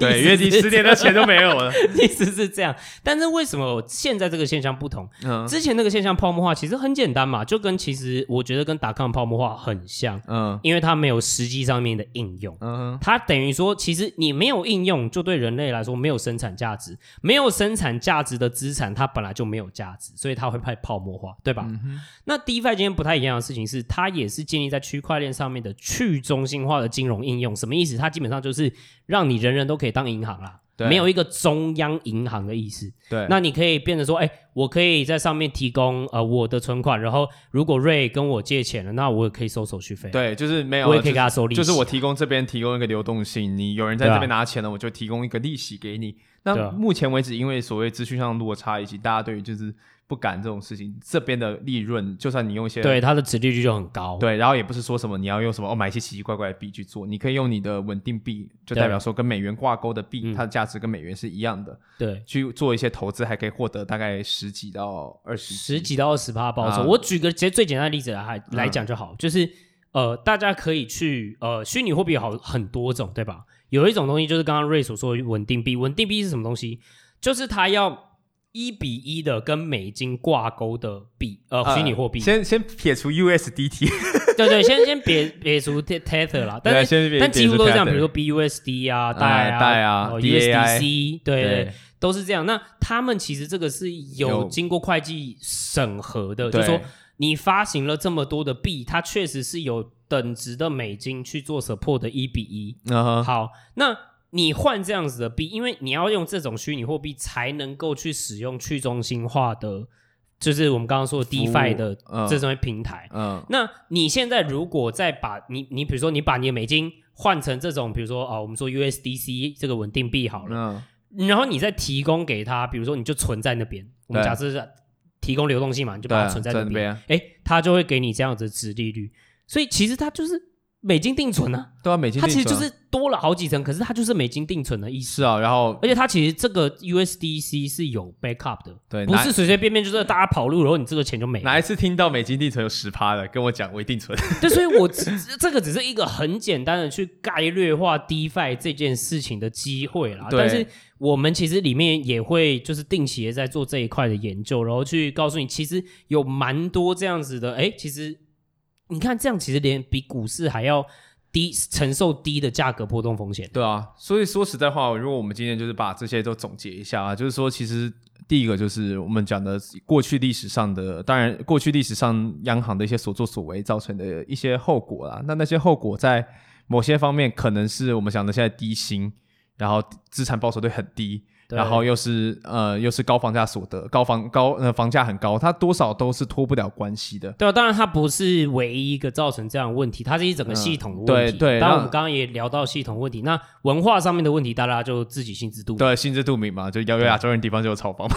S2: 对，
S1: 意思
S2: 月底
S1: 是
S2: 十年的钱都没有了。
S1: 意思是这样。但是为什么现在这个现象不同？
S2: 嗯
S1: 之前那个现象泡沫化其实很简单嘛，就跟其实我觉得跟达康泡沫化很像，
S2: 嗯
S1: 因为它没有实际上面的应用。
S2: 嗯
S1: 它等于说，其实你没有应用，就对人类来说没有生产价值，没有生产价值的资产，它本来就没有价值，所以它会被泡沫化，对
S2: 嗯
S1: 吧？那 DeFi 今天不太一样的事情是，它也是建立在区块链上面的去中心化的金融应用，什么意思？它基本上就是让你人人都可以当银行啦，
S2: 对
S1: 没有一个中央银行的意思。
S2: 对，
S1: 那你可以变成说，哎、我可以在上面提供呃我的存款，然后如果瑞跟我借钱了，那我也可以收手续费，，
S2: 对，就是没有，
S1: 我也可以
S2: 就
S1: 给他收利息，
S2: 就是我提供这边提供一个流动性，你有人在
S1: 对啊
S2: 这边拿钱了，我就提供一个利息给你。
S1: 对啊
S2: 那目前为止，因为所谓资讯上的落差，以及大家对于就是不敢这种事情，这边的利润，就算你用一些
S1: 对它的值利率就很高，
S2: 啊对，然后也不是说什么你要用什么哦买一些奇奇怪怪的币去做，你可以用你的稳定币，就代表说跟美元挂钩的币，
S1: 嗯
S2: 它的价值跟美元是一样的，
S1: 对
S2: 去做一些投资，还可以获得大概十几到二十
S1: 十几到二十趴报酬。
S2: 啊嗯
S1: 我举个其实最简单的例子来来讲就好，就是呃，大家可以去呃，虚拟货币有好很多种，对吧？有一种东西就是刚刚瑞所说的稳定币，稳定币是什么东西？就是它要一比一的跟美金挂钩的币，呃，
S2: 呃
S1: 虚拟货币。
S2: 先先撇除 USDT，
S1: 对对，先先别别除 te- Tether 啦， 但
S2: 对，
S1: 是
S2: 先别
S1: 但
S2: 撇
S1: 几乎
S2: 除
S1: 都是这样，
S2: Tether
S1: 比如说 BUSD 啊、
S2: 啊
S1: d 啊、
S2: Dai 啊
S1: 然后
S2: DAI
S1: USDC，对对，
S2: 对
S1: 都是这样。那他们其实这个是有
S2: 有
S1: 经过会计审核的，就
S2: 对
S1: 是说你发行了这么多的币，它确实是有等值的美金去做 support 的一比一。
S2: 嗯哼
S1: 好，那你换这样子的币，因为你要用这种虚拟货币才能够去使用去中心化的，就是我们刚刚说的 DeFi 的
S2: 嗯
S1: 这种平台。
S2: 嗯
S1: 那你现在如果再把你你比如说你把你的美金换成这种，比如说啊、我们说 USDC 这个稳定币好了，
S2: 嗯
S1: 然后你再提供给他，比如说你就存在那边，我们
S2: 对
S1: 假设是提供流动性嘛，你就
S2: 对，啊
S1: 把它存在那
S2: 那
S1: 边，
S2: 边，
S1: 哎，他就会给你这样子的值利率，所以其实它就是美金定存啊，
S2: 对啊，美金
S1: 它其实
S2: 定
S1: 就
S2: 存啊
S1: 是多了好几层，可是它就是美金定存的意思。
S2: 是啊，然后
S1: 而且它其实这个 USDC 是有 backup 的，
S2: 对
S1: 不
S2: 拿
S1: 是随随便便就是大家跑路，然后你这个钱就没了。
S2: 哪一次听到美金定存有十趴的，跟我讲我一定存，
S1: 对，所以我只只这个只是一个很简单的去概略化 DeFi 这件事情的机会啦。
S2: 对
S1: 但是我们其实里面也会就是定期的在做这一块的研究，然后去告诉你，其实有蛮多这样子的。哎，其实你看这样，其实连比股市还要低，承受低的价格波动风险。
S2: 对啊，所以说实在话，如果我们今天就是把这些都总结一下啊，就是说，其实第一个就是我们讲的过去历史上的，当然过去历史上央行的一些所作所为造成的一些后果啦。那那些后果在某些方面可能是我们讲的现在低薪，然后资产报酬率很低。
S1: 对
S2: 然后又是呃，又是高房价所得，高房高呃房价很高，它多少都是脱不了关系的。
S1: 对啊，当然它不是唯一一个造成这样的问题，它是一整个系统的问题。
S2: 嗯对对
S1: 当然我
S2: 那
S1: 们刚刚也聊到系统问题，那文化上面的问题，大家就自己心知肚明。
S2: 对，心知肚明嘛，就要有亚洲人地方就有 炒房嘛。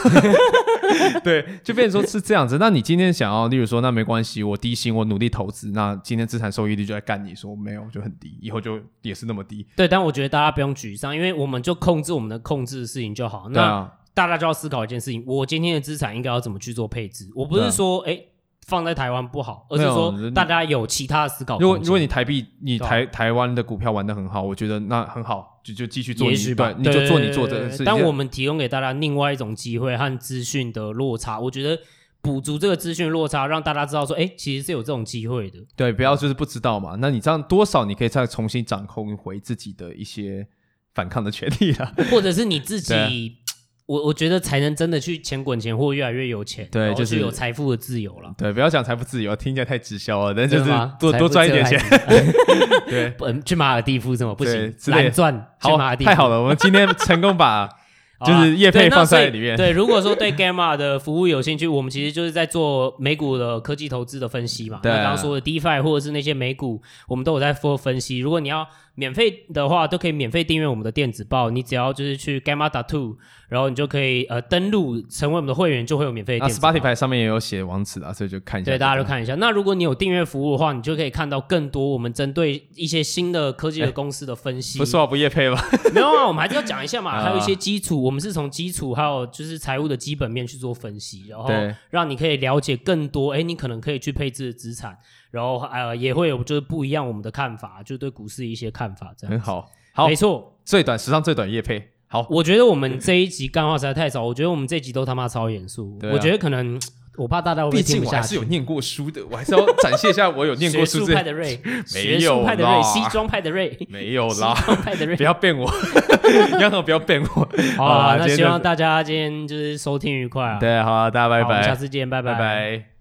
S2: 对，就变成说是这样子。那你今天想要，例如说，那没关系，我低薪，我努力投资，那今天资产收益率就在干你说没有，就很低，以后就也是那么低。
S1: 对，但我觉得大家不用沮丧，因为我们就控制我们的控制的事情就好。
S2: 对
S1: 那
S2: 啊，
S1: 大家就要思考一件事情：我今天的资产应该要怎么去做配置？我不
S2: 对
S1: 是
S2: 啊
S1: 说哎、诶放在台湾不好，而是
S2: 没有
S1: 说
S2: 人
S1: 大家有其他的思考
S2: 如果
S1: 空间
S2: 如果你台币，你
S1: 对啊
S2: 台、台湾的股票玩的很好，我觉得那很好，就就继续做
S1: 也
S2: 你，
S1: 许吧
S2: 对，，你就做
S1: 对
S2: 你做
S1: 对
S2: 的
S1: 对
S2: 事情。
S1: 但我们提供给大家另外一种机会和资讯的落差，我觉得补足这个资讯落差，让大家知道说，哎、其实是有这种机会的。
S2: 对，不要就是不知道嘛。那你这样多少，你可以再重新掌控回自己的一些反抗的权利啦。
S1: 或者是你自己，
S2: 对啊
S1: 我我觉得才能真的去钱滚钱或越来越有钱，
S2: 对
S1: 然后
S2: 就是
S1: 有财富的自由了。
S2: 对，不要讲财富自由，听起来太直销了，但 就是
S1: 真的吗
S2: 多
S1: 财富
S2: 多赚一点
S1: 自由
S2: 钱
S1: 还。呃
S2: 对，
S1: 嗯，去马尔蒂夫怎么不
S2: 对
S1: 行？
S2: 之类的
S1: 蓝钻，去马
S2: 好，
S1: 尔蒂夫
S2: 太好了，我们今天成 功把
S1: 好啊
S2: 就是业配
S1: 对那
S2: 放在
S1: 所以
S2: 里面
S1: 对，如果说对 Gamma 的服务有兴趣，我们其实就是在做美股的科技投资的分析嘛。
S2: 对啊
S1: 那刚刚说的 DeFi 或者是那些美股，我们都有在做分析。如果你要免费的话都可以免费订阅我们的电子报，你只要就是去 Gamma d a t o 然后你就可以呃登录成为我们的会员，就会有免费的
S2: 那
S1: 电子报。
S2: Spotify 上面也有写网址啊，所以就看一下。
S1: 对，大家都看一下。那如果你有订阅服务的话，你就可以看到更多我们针对一些新的科技的公司的分析。
S2: 哎不说好不夜配吧？
S1: 没有啊，我们还是要讲一下嘛。
S2: 啊
S1: 还有一些基础，我们是从基础还有就是财务的基本面去做分析，然后
S2: 对
S1: 让你可以了解更多。哎，你可能可以去配置的资产，然后呃也会有就是不一样我们的看法，就对股市一些看法这样。
S2: 很，好，嗯好
S1: 没，错。
S2: 最短史上最短夜配，好，
S1: 我觉得我们这一集干话实在太少，我觉得我们这一集都他妈超严肃。
S2: 对啊
S1: 我觉得可能我怕大家会不
S2: 毕
S1: 会听
S2: 竟
S1: 不
S2: 我
S1: 下
S2: 还是
S1: 去
S2: 有。念过书的，我还是要展现一下我有念过
S1: 学
S2: 书
S1: 术
S2: 这
S1: 派的 瑞，学
S2: 有
S1: 术派的
S2: 啦
S1: 瑞，西装派的瑞，
S2: 没有
S1: 西
S2: 啦，
S1: 装派的瑞
S2: 不。要变我， 央行不要变我。
S1: 好
S2: 好啦
S1: 啦，那
S2: 今天
S1: 希
S2: 就
S1: 望大家今天就是收听愉快啊。
S2: 对，好，大家拜
S1: 好我们下
S2: 拜，
S1: 次见，拜
S2: 拜。拜。